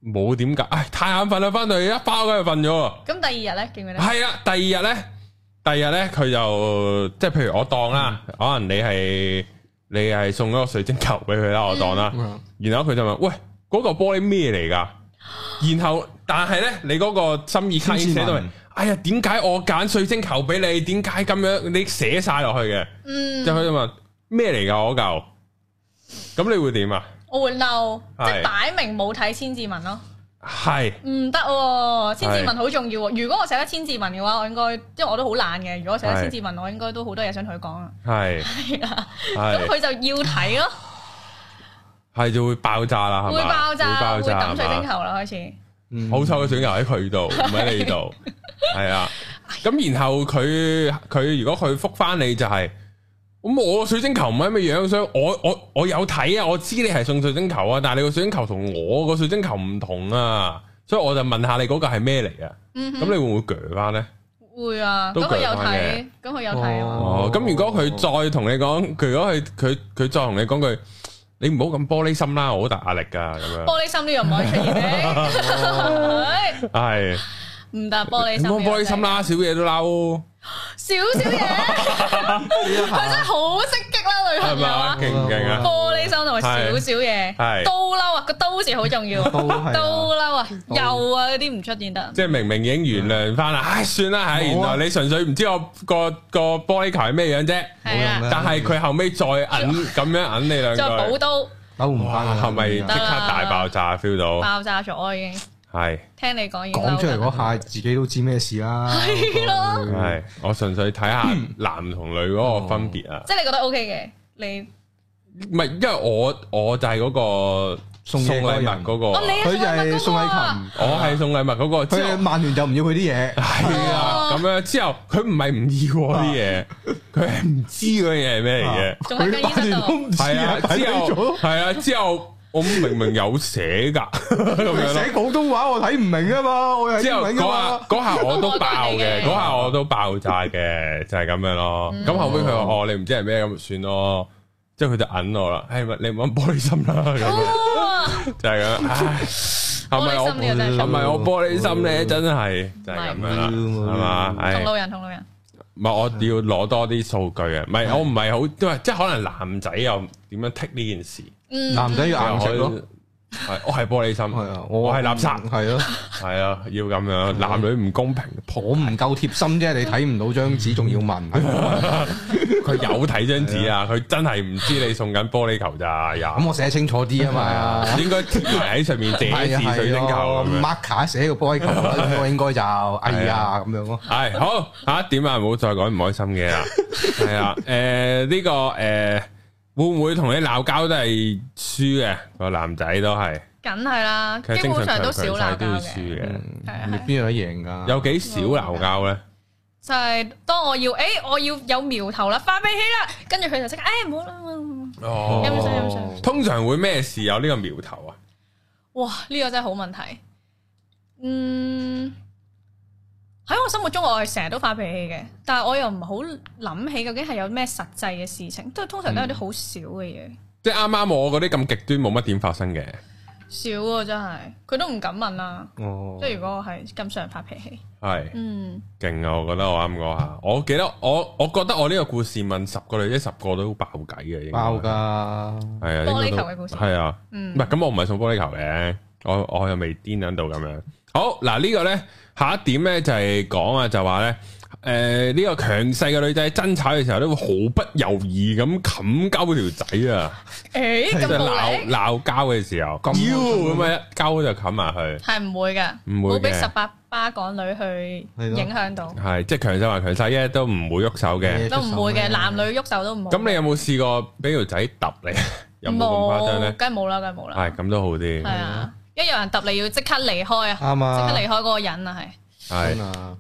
冇點解，唉太眼瞓啦，翻到去一包佢就瞓咗喎。咁第二日咧，見唔見咧？係啦，第二日呢，第二日呢，佢就即係譬如我當啦，可能你係你係送咗個水晶球俾佢啦，我當啦。嗯然後佢就問：喂，嗰、個玻璃咩嚟㗎？然後但係咧，你嗰個心意卡已經寫到千字明文，哎呀，點解我揀水晶球俾你？點解咁樣？你寫晒落去嘅，嗯就，佢就問咩嚟㗎嗰嚿？咁你會點啊？我會嬲，係即係擺明冇睇千字文咯，係唔得喎，千字文好重要喎。如果我寫得千字文嘅話，我應該，因為我都好懶嘅。如果我寫得千字文，我應該都好多嘢想同佢講啊。係係啊啦，咁係佢就要睇咯。係就會爆炸啦，係會嘛？爆炸，會抌水係嘛晶球啦，開始。嗯好彩個水牛喺佢 度，唔喺你度，係啊。咁然後佢佢如果佢覆翻你就係、咁我個水晶球唔係咁嘅樣，所以我我我有睇啊，我知你係送水晶球啊，但係你個水晶球同我個水晶球唔同啊，所以我就問下你嗰個係咩嚟啊？嗯咁哼你會唔會鋸翻呢？會啊，都咁佢有鋸翻嘅睇，咁佢有睇啊哦嘛。哦，咁如果佢再同你講，佢如果佢佢佢再同你講句，你唔好咁玻璃心啦，我好大壓力噶咁樣，玻璃心呢樣唔可以出現嘅，係唔得玻璃心。唔好咁玻璃心，啦，少嘢都嬲。少少嘢，佢真係好積極啦，係女朋咪友啊？啊！勁唔勁啊？玻璃心同埋少少嘢，係刀嬲啊，個刀字好重要，刀都係啊嬲啊，刀又啊嗰啲唔出現得，即係明明已經原諒翻啦，唉，算啦，唉，原冇啊來你純粹唔知我個個玻璃球係咩樣啫，冇係用啦，啦但係佢後尾再 揞咁樣揞你兩再句補，刀扭唔翻哇，啊係咪即刻大爆炸 feel 到？爆炸咗，我已經係聽你講已經講出嚟嬲嗰下，自己都知咩事啦。係咯係，我純粹睇下男同女嗰個分別啊，即係你覺得 OK 嘅，你唔係因為我我就係嗰個送送嘢禮嗰個人物嗰個，哦你佢就係宋禮琴，我係啊送禮物嗰個，之後佢曼聯就唔要佢啲嘢，係啊，咁樣之後佢唔係唔要我啲 嘢，佢係唔知嗰樣嘢係咩嚟仲喺更衣室啊佢曼聯都度，唔 嘅，知係啊，啊，擺低之後咗。係啊，之後我明明有寫㗎咁佢樣咯 寫。廣東話我睇唔明啊嘛，我又係之英後文嗰噶下嘛，嗰 下我都爆嘅，嗯嗰下我都爆炸嘅，就係咁樣咯。咁後尾佢話：哦，你唔知係咩咁，咪算咯。之後佢就揞我啦，係咪你唔好玻璃心啦？咁樣哇就係咁樣。唉係咪我玻璃心呢個真係係咪我玻璃心嗯咧？真係就係咁樣啦，係嘛？唉同路人同路人，唔係，我要攞多啲數據啊！唔嗯係，我唔係好，因為即係可能男仔又點樣剔呢件事？嗯，男仔要硬食咯，係我係玻璃心，係啊，我係垃圾，係咯，係啊，要咁樣，男女唔公平，我唔夠貼心啫，你睇唔到張紙仲要問，佢有睇張紙啊，佢真係唔知你送緊玻璃球咋，有 咁我寫清楚啲啊嘛。應該貼埋喺上面寫係啊嗯字水晶球咁樣。 ，marker 寫個波喺球啦，我 應該就哎呀咁樣咯。係好下一點啊，唔好再講唔開心嘅啦。係啊，誒呢個誒會唔會同你鬧交都係輸嘅？個男仔都係，梗係啦，其實基精本神上強都強少勢鬧都交要嘅。輸嘅。嗯係係邊有得贏㗎？有幾少鬧交咧？就係當我要，誒、我要有苗頭啦，發脾氣啦，跟住佢就即刻，誒唔好啦，嗯哦飲水飲水通常會咩事有呢個苗頭啊？哇！呢、個真係好問題。嗯，喺我心目中，我係成日都發脾氣嘅，但係我又唔好諗起究竟係有咩實際嘅事情，都係通常都有啲好少嘅嘢，即係啱啱我嗰啲咁極端冇乜點發生嘅，少啊真係，佢都唔敢問啦。哦即係如果我係咁常發脾氣，係嗯，勁啊！我覺得我啱嗰下，我記得我我覺得我呢個故事問十個女仔，十個都爆偈嘅，應該爆㗎，係啊，玻璃應該都球嘅故事係啊，嗯唔係咁我唔係送玻璃球嘅，我我又未癲喺度咁樣。好嗱，呢個呢，下一點呢就係講啊，就話呢，誒呢個強勢嘅女仔爭吵嘅時候咧，會毫不猶豫咁冚鳩條仔啊！誒、咁即係暴鬧力鬧交嘅時候，咁妖咁樣一鳩就冚埋佢，係唔會嘅，唔會嘅冇俾十八巴港女去係咯影響到。係即係強勢還強勢啫，都唔會喐手嘅。都唔會嘅，男女喐手都唔好。咁你有冇試過俾條仔揼你？ 有冇咁誇張咧冇？梗係冇啦，梗係冇啦。係咁都好啲係，啊，一有人揼你要即刻離開啊，啱即啊，刻離開嗰個人啊，係。係啊，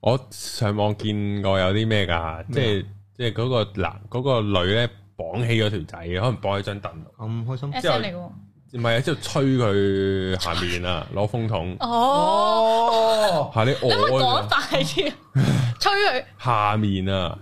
我上網見過有啲咩㗎，即係即係嗰個男嗰個女咧綁起咗條仔，可能綁喺張凳度，咁開心。 S 之後 M 嚟嘅喎。唔係啊，之後吹佢下面啊， 攞風筒，哦，哦，係你 你可唔可以我講快 啲？吹佢下面啊，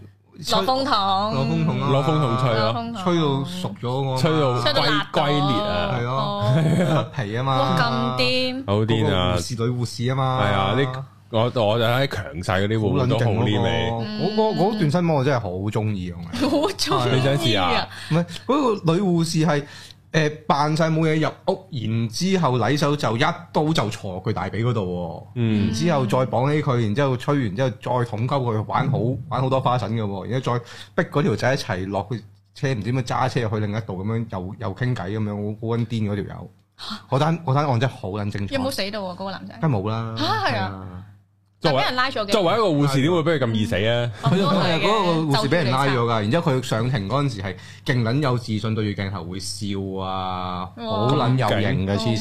落風筒，攞風筒啊，攞風筒吹落咯風筒，吹到熟咗我，吹到吹到辣到龜裂啊係咯哦甩皮啊嘛，哇，咁癲！好癲啊護！士女護士啊嘛，係啊，呢我我就喺強勢嗰啲會唔會好撚都好勁呢嗰味？嗯個嗰個嗰段新聞我真係好中意用嘅，好中意你想試啊？唔係嗰個女護士係誒扮晒冇嘢入屋，然之後禮手就一刀就挫佢大髀嗰度喎，嗯然之後再綁起佢，然之後吹完之後再捅鳩佢，玩好玩好多花神嘅喎，然之後再逼嗰條仔一齊落去車，唔知點樣揸車去另一度咁樣又又傾偈咁樣，好好撚癲嗰條友。嗰單嗰單案真係好撚精彩有，冇死到啊？嗰個男仔，梗係冇啦，嚇係啊啊。作但為俾人拉咗嘅。作為一個護士，點會俾佢咁易死啊？佢佢係嗰個護士俾人拉咗㗎，然之後佢上庭嗰陣時係勁撚有自信，對住鏡頭會笑啊，哇哦好撚有型嘅黐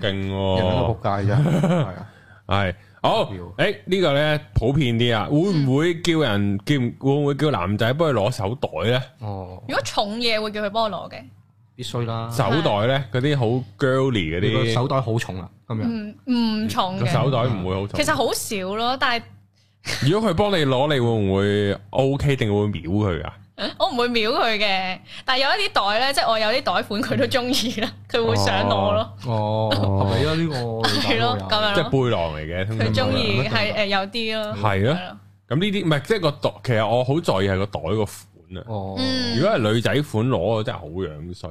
勁嗯人都喎，仆街 啫，係啊，係好目標誒呢個咧普遍啲啊，會唔嗯會叫人叫會唔會叫男仔幫佢攞手袋咧？哦，如果重嘢會叫佢幫我攞嘅，必須啊啦，手袋咧嗰啲好 girly 嗰你個啲手袋好重啊，今嗯日唔唔重個嘅。手袋唔會好重其。實好少咯，但係如果佢幫你攞，你會唔會 OK 定會秒佢啊？我唔會秒佢嘅。但係有一啲袋咧，即係我有啲袋款佢都中意啦，佢會想攞咯，哦，合理啊 呢個，係咯咁樣即係咯，背囊嚟嘅，通常佢中都係意係誒有啲咯，係咯啊咯，咁呢啲唔係即係個袋，其實我好在意係個袋個款啊。哦，嗯如果係女仔款攞，真係好樣衰。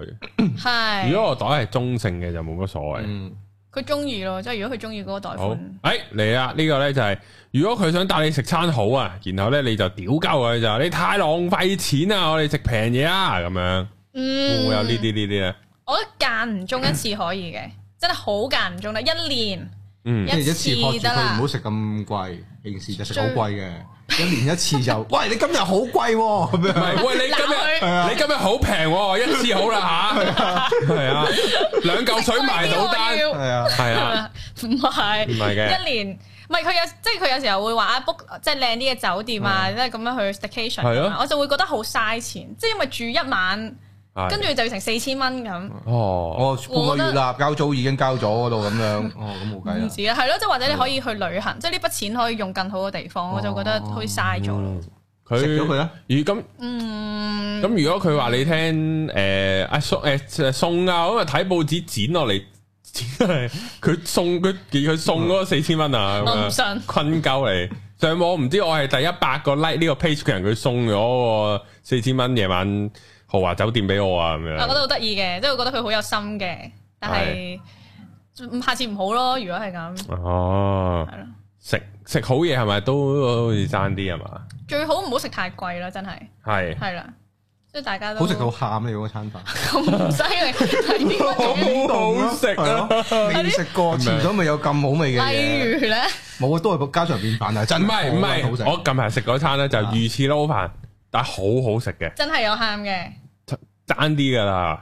係。如果個袋係中性嘅，就冇乜所謂。嗯，佢中意咯，即係如果佢中意嗰個袋好款，，诶嚟啦！呢個呢就係，如果佢想帶你食餐好啊，然後呢你就屌鳩佢就話，你太浪費錢啊！我哋食平嘢啊，咁樣會嗯，唔會有呢啲呢啲呢？我覺得間唔中一次可以嘅，真係好間唔中啦，一年嗯即係一次次托住得佢唔啦好，食咁貴，平時就食好貴嘅，一年一次就， 喂你今日好貴喎咁唔樣，係，喂 你今鬧佢日你今日好平喎，一次好啦吓，係啊，兩嚿水埋到單，貴啲我要係啊，係啊。 唔係唔係嘅一年。唔係佢有，即係佢有時候會話啊 book 即係靚啲嘅酒店啊，即係咁樣去 staycation，嗯係咁咯樣我就會覺得好嘥錢，即係因為住一晚，係跟住就要成四千蚊咁，哦，我半個月啦，交租已經交咗嗰度咁樣，哦咁冇計唔啦，止啊，係咯，即係或者你可以去旅行，即係呢筆錢可以用更好嘅地方，我就覺得哦好似嘥咗咯。佢食咗佢啦，咦咁嗯，咁如果佢話你聽诶阿送诶送啊，咁啊睇報紙剪落嚟，剪落嚟佢送佢佢送嗰四千蚊啊，咁我樣唔信。困鳩你。上網唔知我係第一百個 like 呢個 page 嘅人，佢送咗四千蚊夜晚豪華酒店俾我啊，咁我覺得樣。好得意嘅，即係我覺得佢好有心嘅，但係下次唔好咯。如果係咁，哦，係咯，食食好嘢係咪都好似爭啲係嘛？最好唔好食太貴啦，真係係係啦，即係大家都 好食到喊啊你嗰餐飯。咁犀利，係 邊個做嘅好食啊！未食過，前所未有咁好味嘅例嘢，如咧，冇啊，都係個家常便飯啊，真唔係係唔好係，食。我近排食嗰餐咧就魚翅撈飯，但係好好食嘅，真係有喊嘅，爭啲㗎啦，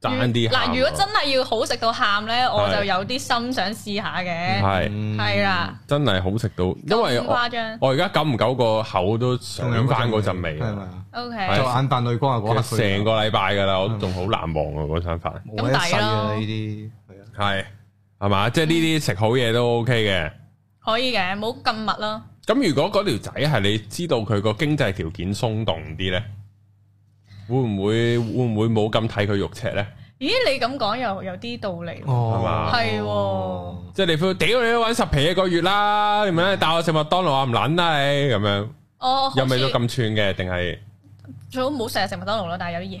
爭啲嗱，鹹如果喎真係要好食到喊咧，我係就有啲心想試下嘅，係嗯係啦，真係好食到，因為咁我誇張。我而家久唔久個口都想翻嗰陣味，係咪啊？ O 就 K，係眼泛淚光啊！嗰刻其實佢成個禮拜㗎啦，我仲好難忘啊嗰餐飯，冇得世啊呢啲，係啊，係係嘛？即係呢啲食好嘢都 OK 嘅。可以嘅，冇咁密咯。咁如果嗰條仔係你知道佢個經濟條件鬆動啲咧，會唔會會唔會冇咁睇佢肉赤咧？咦，你咁講又有啲道理喎，哦係嘛係喎即係你 feel 屌你都揾十皮一個月啦，你咪咧帶我食麥當勞啊唔撚啦你咁樣，我哦又好未似到咁串嘅，定係最好唔好成日食麥當勞咯，但係有啲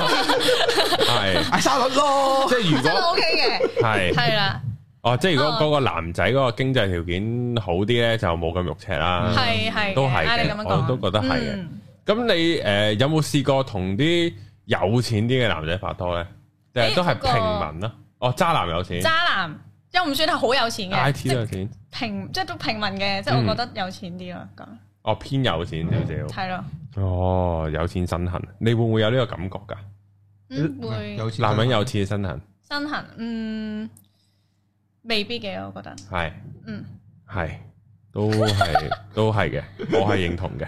係嗌沙律咯，即係如真係果 OK 嘅，係係啦，哦，即係如果哦嗰個男仔嗰個經濟條件好啲咧，就冇咁肉赤啦。係係嘅嗯都係嘅啊你咁樣講，我都覺得係嘅嗯咁你誒有冇試過同啲有錢啲嘅男仔拍拖咧？定係誒都係嗰個平民啦？哦，渣男有錢渣男又唔算係好有錢嘅， ，IT 即都有係錢，平即係都平民嘅，即係嗯我覺得有錢啲咯，咁哦偏有錢少係咯，少。哦，有錢身痕，你會唔會有呢個感覺㗎？嗯會有錢男人有錢身痕，身痕，嗯，未必嘅，我覺得，係。嗯，系，都係都係嘅，我係認同嘅，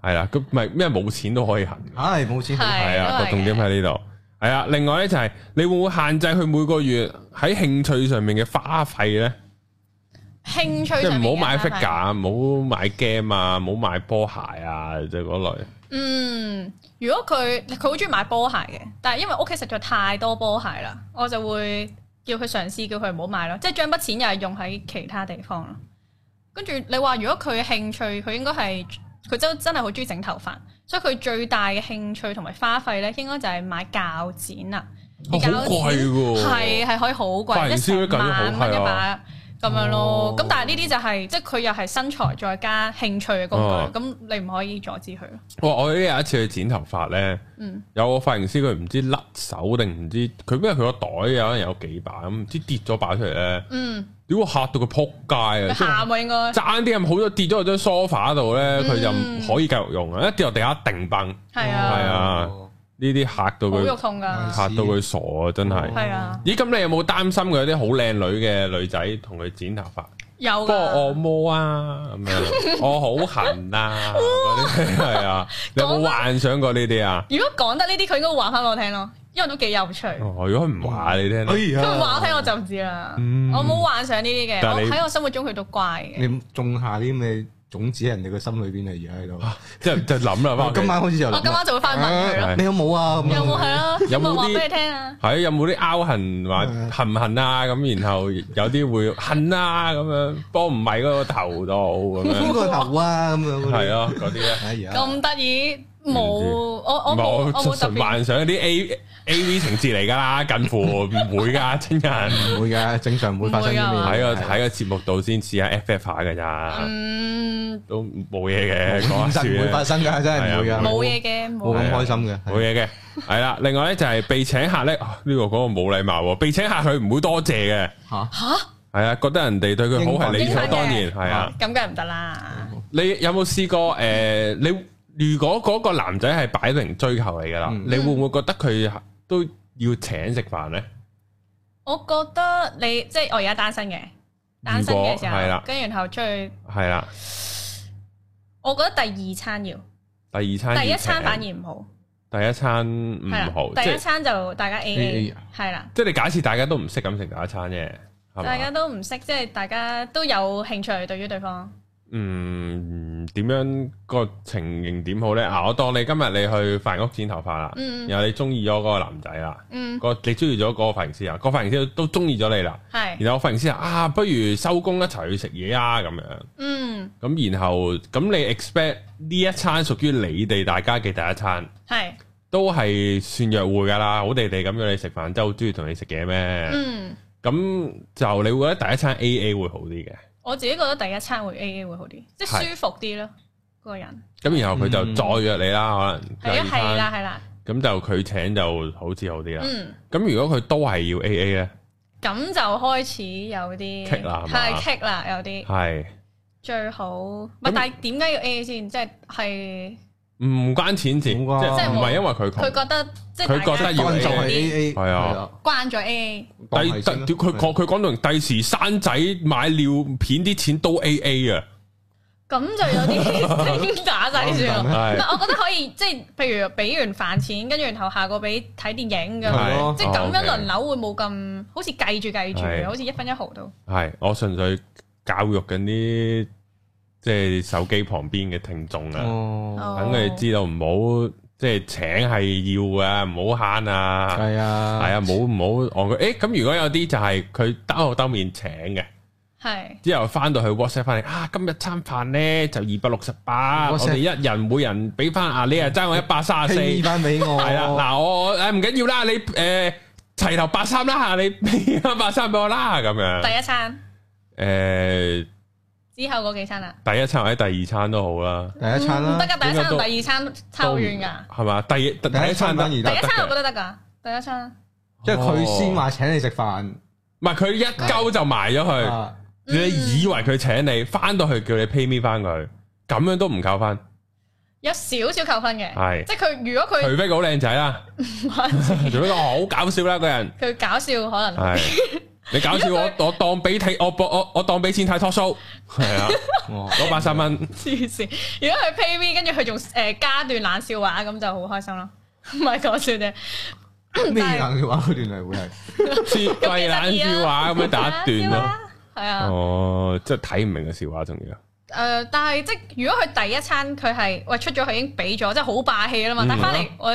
係啦，咁咪咩冇錢都可以行，唉冇錢係係啊，都係個嘅重點喺呢度，係啊，另外咧就係、你會唔會限制佢每個月喺興趣上面嘅花費咧？興趣即係上唔好面嘅買花費 figure，唔好買 game 啊，唔好買波鞋啊，即係嗰類，嗯，如果佢佢好中意買波鞋嘅，但係因為屋企實在太多波鞋啦，我就會叫佢嘗試叫佢唔好買咯，即係將筆錢又係用喺其他地方咯。跟住你話如果佢興趣，佢應該係佢真真係好中意整頭髮，所以佢最大嘅興趣同埋花費咧，應該就係買鉸剪啦。哦好貴喎，係啊係可以好髮貴，型即師係都計成得好萬蚊一係把啊咁樣咯哦。咁但係呢啲就係即係佢又係身材再加興趣嘅工哦具，咁你唔可以阻止佢咯。哇！我呢有一次去剪頭髮咧，嗯有個髮型師佢唔知甩手定唔知佢，因為佢個袋有可能有幾把咁，唔知跌咗把出嚟咧。嗯。屌我嚇到佢撲街啊！即係喊喎應該，爭啲咁好咗跌咗喺張 sofa 度咧，佢就唔嗯可以繼續用啊！一跌落地下一定崩，呢係係啊，啊哦啲嚇到好佢肉痛啊㗎，嚇到佢傻啊！真係。係啊，咦，咁你有冇擔心佢有啲好靚女嘅女仔同佢剪頭髮，有幫我按㗎。摩啊 咁樣，我好痕啊嗰啲係啊，你有冇幻想過呢啲啊？如果講得呢啲，佢應該會話翻俾我聽咯，因為都幾有趣。哦，如果佢唔話你聽哎咧，佢話我呀，聽我就唔知啦，嗯我冇幻想呢啲嘅，但我係你喺我心目中佢都乖嘅。你種下啲咩種子喺人哋嘅心裏邊嚟而家喺度。哦即系就諗啦，翻我今晚開始就諗啦我哦今晚就會翻問佢係咯，啊你有冇啊？咁樣有冇係咯？有有冇冇話啲俾你聽啊？系有冇啲拗痕話嗯恨唔恨啊？咁然後有啲會恨啊咁樣，幫唔係嗰個頭度咁 邊樣，個頭啊？咁樣嗰啲係，啊嗰啲咧。哎呀，咁得意冇，唔知我嗯我冇冇我冇特純別。幻想啲 A A V 情節嚟㗎啦，近乎唔會㗎，真人。唔會嘅，正常唔會發生呢唔啲會啊嘢。喺個喺個節目度先試下 F F 下㗎咋，嗯，都冇嘢嘅，講現下實 唔會發算啦，生㗎，真係唔會啊係啊㗎。冇嘢嘅，冇冇嘢咁開心嘅，冇嘢嘅。係啦，另外咧就係被請客咧，啊呢個嗰個冇禮貌喎，被請客佢唔會多謝嘅，嚇係啊，覺得人哋對佢好係理所當然，應係啊。咁梗係唔得啦。你有冇試過诶？你如果嗰個男仔係擺明追求你㗎啦，嗯你會唔會覺得佢都要請食飯咧？我覺得你即係我而家單身嘅，單身嘅時如果係啦候，跟住然後出去，係啦。我覺得第二餐要，第二餐要第一餐請反而唔好，第一餐唔係好，即啦，第一係餐就大家 A AA A，係啦，即係你假設大家都唔識咁食第一餐啫，係大家嘛？都唔識，即係大家都有興趣對於對啊方，嗯，點樣個情形點好咧？嗱，我當你今日你去髮型屋剪頭髮啦，嗯然後你中意咗嗰個男仔啦，嗯，個你中意咗嗰個髮型師啊，個髮型師都中意咗你啦，係，然後個髮型師啊，啊不如收工一齊去食嘢啊咁樣，嗯，咁然後咁你 expect 呢一餐屬於你哋大家嘅第一餐。係，都係算約會㗎啦，好地地咁樣你食飯，真係好中意同你食嘢咩？嗯，咁就你會覺得第一餐 A A 會好啲嘅，我自己覺得第一餐會 A A 會好啲，即係係舒服啲咯，個人咁然後佢就嗯再約你啦，可係能啊，第係二啦，餐啊係啦，咁就佢請就好似好啲啦。嗯。咁如果佢都係要 A A 咧，咁就開始有啲棘啦係嘛係棘啦，有啲係最好，唔係但係點解要 A 先？即係係唔關錢事，即係冇㗎唔係因為佢佢窮，覺得即係佢大覺得家要當你就係 A 啲 A，係啊，慣咗 A，當第係先啦第佢佢佢講到第時生仔買尿片啲錢都 A A 啊，咁就有 啲 已經打晒算咯。 唔係係，我覺得可以即係譬如俾完飯錢，跟住然後下個俾睇電影咁係樣，係咯即係咁樣輪哦流會冇咁好似計住係計住，好似一分一毫都。 ，OK 係我純粹教育緊啲即係手機旁邊嘅聽眾啊。哦，等佢哋知道唔好即係請係要啊，唔好慳啊，係啊，係啊，唔好唔好戇佢。誒咁如果有啲就係佢兜口兜面請嘅，係之後翻到去 WhatsApp 翻嚟啊，今日餐飯咧就二百六十八，我 WhatsApp 哋一人每人俾翻啊，你啊爭我一百三十四， ，P 係翻俾我，啦，嗱我我誒唔緊要啦，你誒齊頭八三啦，你俾一百三俾我啦，咁樣第一餐誒之後嗰幾餐啦，第一餐或者第二餐都好啦，第一餐唔啦得，㗎，嗯第一餐應該都同第二餐差好遠㗎。係嘛？第一第一餐得哦第一餐反而得第一餐我得覺得得㗎，第一餐。嘅即係佢先話請你食飯，唔係佢一鳩就埋咗佢。啊你以為佢請你，翻到去叫你 pay me 翻佢，咁樣都唔扣分，有少少扣分嘅，係即係佢如果佢除非佢好靚仔啦，除非佢好搞笑啦個人，佢搞笑可能係你搞笑我我當俾睇我我我當俾錢睇 talk show，係啊，哦攞八十蚊，黐線，如果佢 pay me 跟住佢仲誒加段冷笑話咁就好開心咯，唔係講笑啫，咩人嘅話佢原來會係説廢啊冷笑話咁樣打一段 咯。係啊，哦，即係睇唔明嘅笑話仲要，誒，呃但係即係如果佢第一餐佢係喂出咗佢已經俾咗，即係好霸氣啦嘛，但係翻嚟我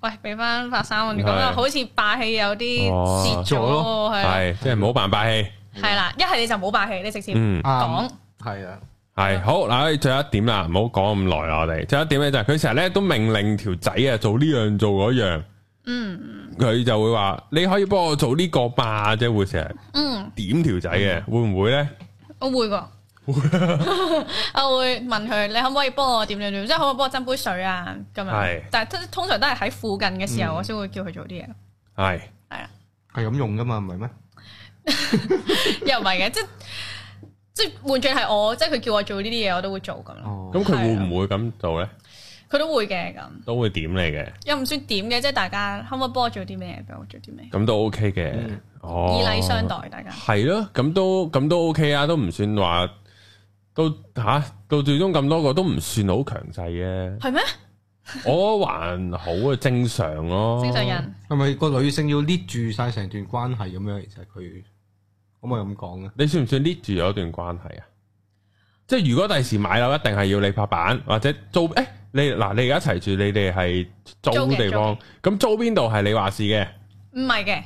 喂俾翻發生咁係樣，好似霸氣有啲哦蝕咗喎，係啊係即係唔好扮霸氣。係啦，一係你就冇霸氣，你直接嗯講啱，係啊，嗯係好嗱，最後一點啦，唔好講咁耐啦，啊我哋最後一點咧就係佢成日咧都命令條仔啊做呢樣做嗰樣，嗯，佢就會話你可以幫我做呢個嘛，即係會成日嗯，點條仔嘅，會唔會咧？我會㗎。我會問佢，你可唔可以幫我點點點，即係可唔可以幫我斟杯水啊咁係樣。但係通常都係喺附近嘅時候，我先會叫佢做啲嘢。係係啦，係咁用噶嘛，唔係咩？又唔係嘅，即即換轉係我，即係佢叫我做呢啲嘢，我都會做咁咯。哦，咁佢會唔會咁做咧？佢都會嘅咁，都會點你嘅，又唔算點嘅，即係大家可唔可以幫我做啲咩，幫我做啲咩，咁都 OK 嘅嗯，哦，以禮相待大家。係咯，咁都咁都 OK 啊，都唔算話都吓到最終咁多個都唔算好強勢嘅，係咩？我還好啊，正常咯，正常人係咪個女性要 lead 住晒成段關係咁樣？其實佢可唔可以咁講啊？你算唔算 lead 住咗一段關係啊？即係如果第時買樓一定係要你拍板或者租，诶、你嗱你而家一齊住，你哋係租租嘅地方，咁租邊度係你話事 嘅？唔係嘅，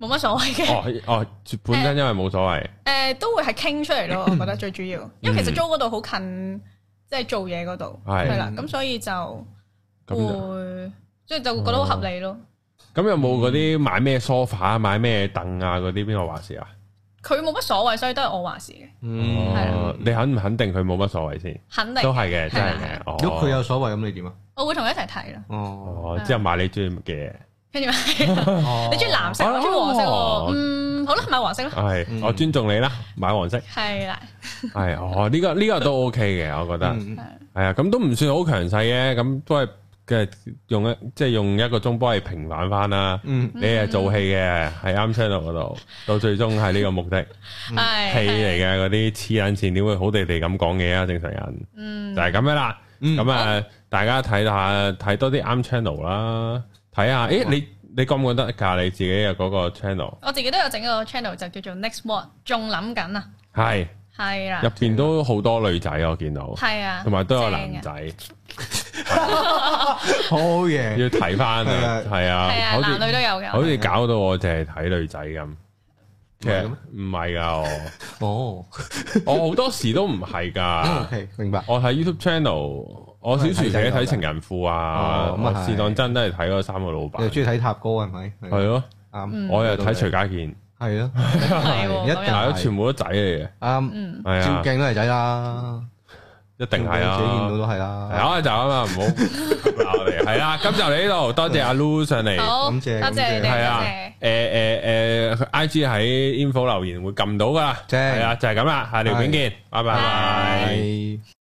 冇乜所謂嘅。哦哦，本身因為冇所謂，誒、都會係傾出嚟 咯，我覺得最主要，因為其實租嗰度好近，即係做嘢嗰度係係啦，哦咁所以就會咁即係就覺得好合理咯。咁有冇嗰啲買咩 sofa 啊、買咩凳啊嗰啲邊個話事啊？佢冇乜所謂，所以都係我話事嘅，嗯，係哦啊，你肯唔肯定佢冇乜所謂先？肯都定係嘅，真係係嘅。哦如果佢有所謂，咁你點啊？我會同佢一齊睇啦。哦，哦，之後買你中意嘅，跟住係你中意藍色，哦我中意黃色哦喎。嗯，好啦，買黃色啦，係嗯我尊重你啦，買黃色。係啦，係哦，呢個呢個都 OK 嘅，我覺得。嗯係啊，咁都唔算好強勢嘅，咁都係嘅用一即係用一個鐘幫你平反翻啦。嗯，你係做戲嘅，喺啱 channel 嗰度，到最終係呢個目的戲嗯 係係嚟嘅嗰啲黐撚線，點會好地地咁講嘢啊？正常人嗯就，係咁樣啦。嗯咁啊，大家睇下睇多啲啱 channel 啦，睇下誒你你覺唔覺得㗎？你自己嘅嗰個 channel 我自己都有整一個 channel 就叫做 Next What，仲諗緊啊，係係啦入，邊都好多女仔，我見到，啊係啊，同埋都有正男嘅仔，好嘢，要睇翻啊，係啊係，啊，好似男女都有嘅，好似搞到我淨係睇女仔咁，其實唔係嘅咩唔係噶，哦我我好多時都唔係 噶。 ，OK，明白，我睇 YouTube channel，我小薯茄睇情人褲啊，哦咁啊我係是當真都係睇嗰三個老闆你，中意睇塔哥係咪？係咯，啱，我又睇徐家健，係咯，嗯係喎一咁係定樣咯，全部都仔嚟嘅，啱，嗯，係照啊，鏡都係仔啦，一定係自己見到啊。都係係啦，啊，就咁啦，唔好鬧我哋。係啦，今集嚟呢度，多謝阿 Lu 上嚟。好，多感謝謝感謝你，多係啊謝，。誒誒誒，I G 喺 info 留言會撳到噶啦，正係啊，就係咁啦，下條片見，拜拜。係。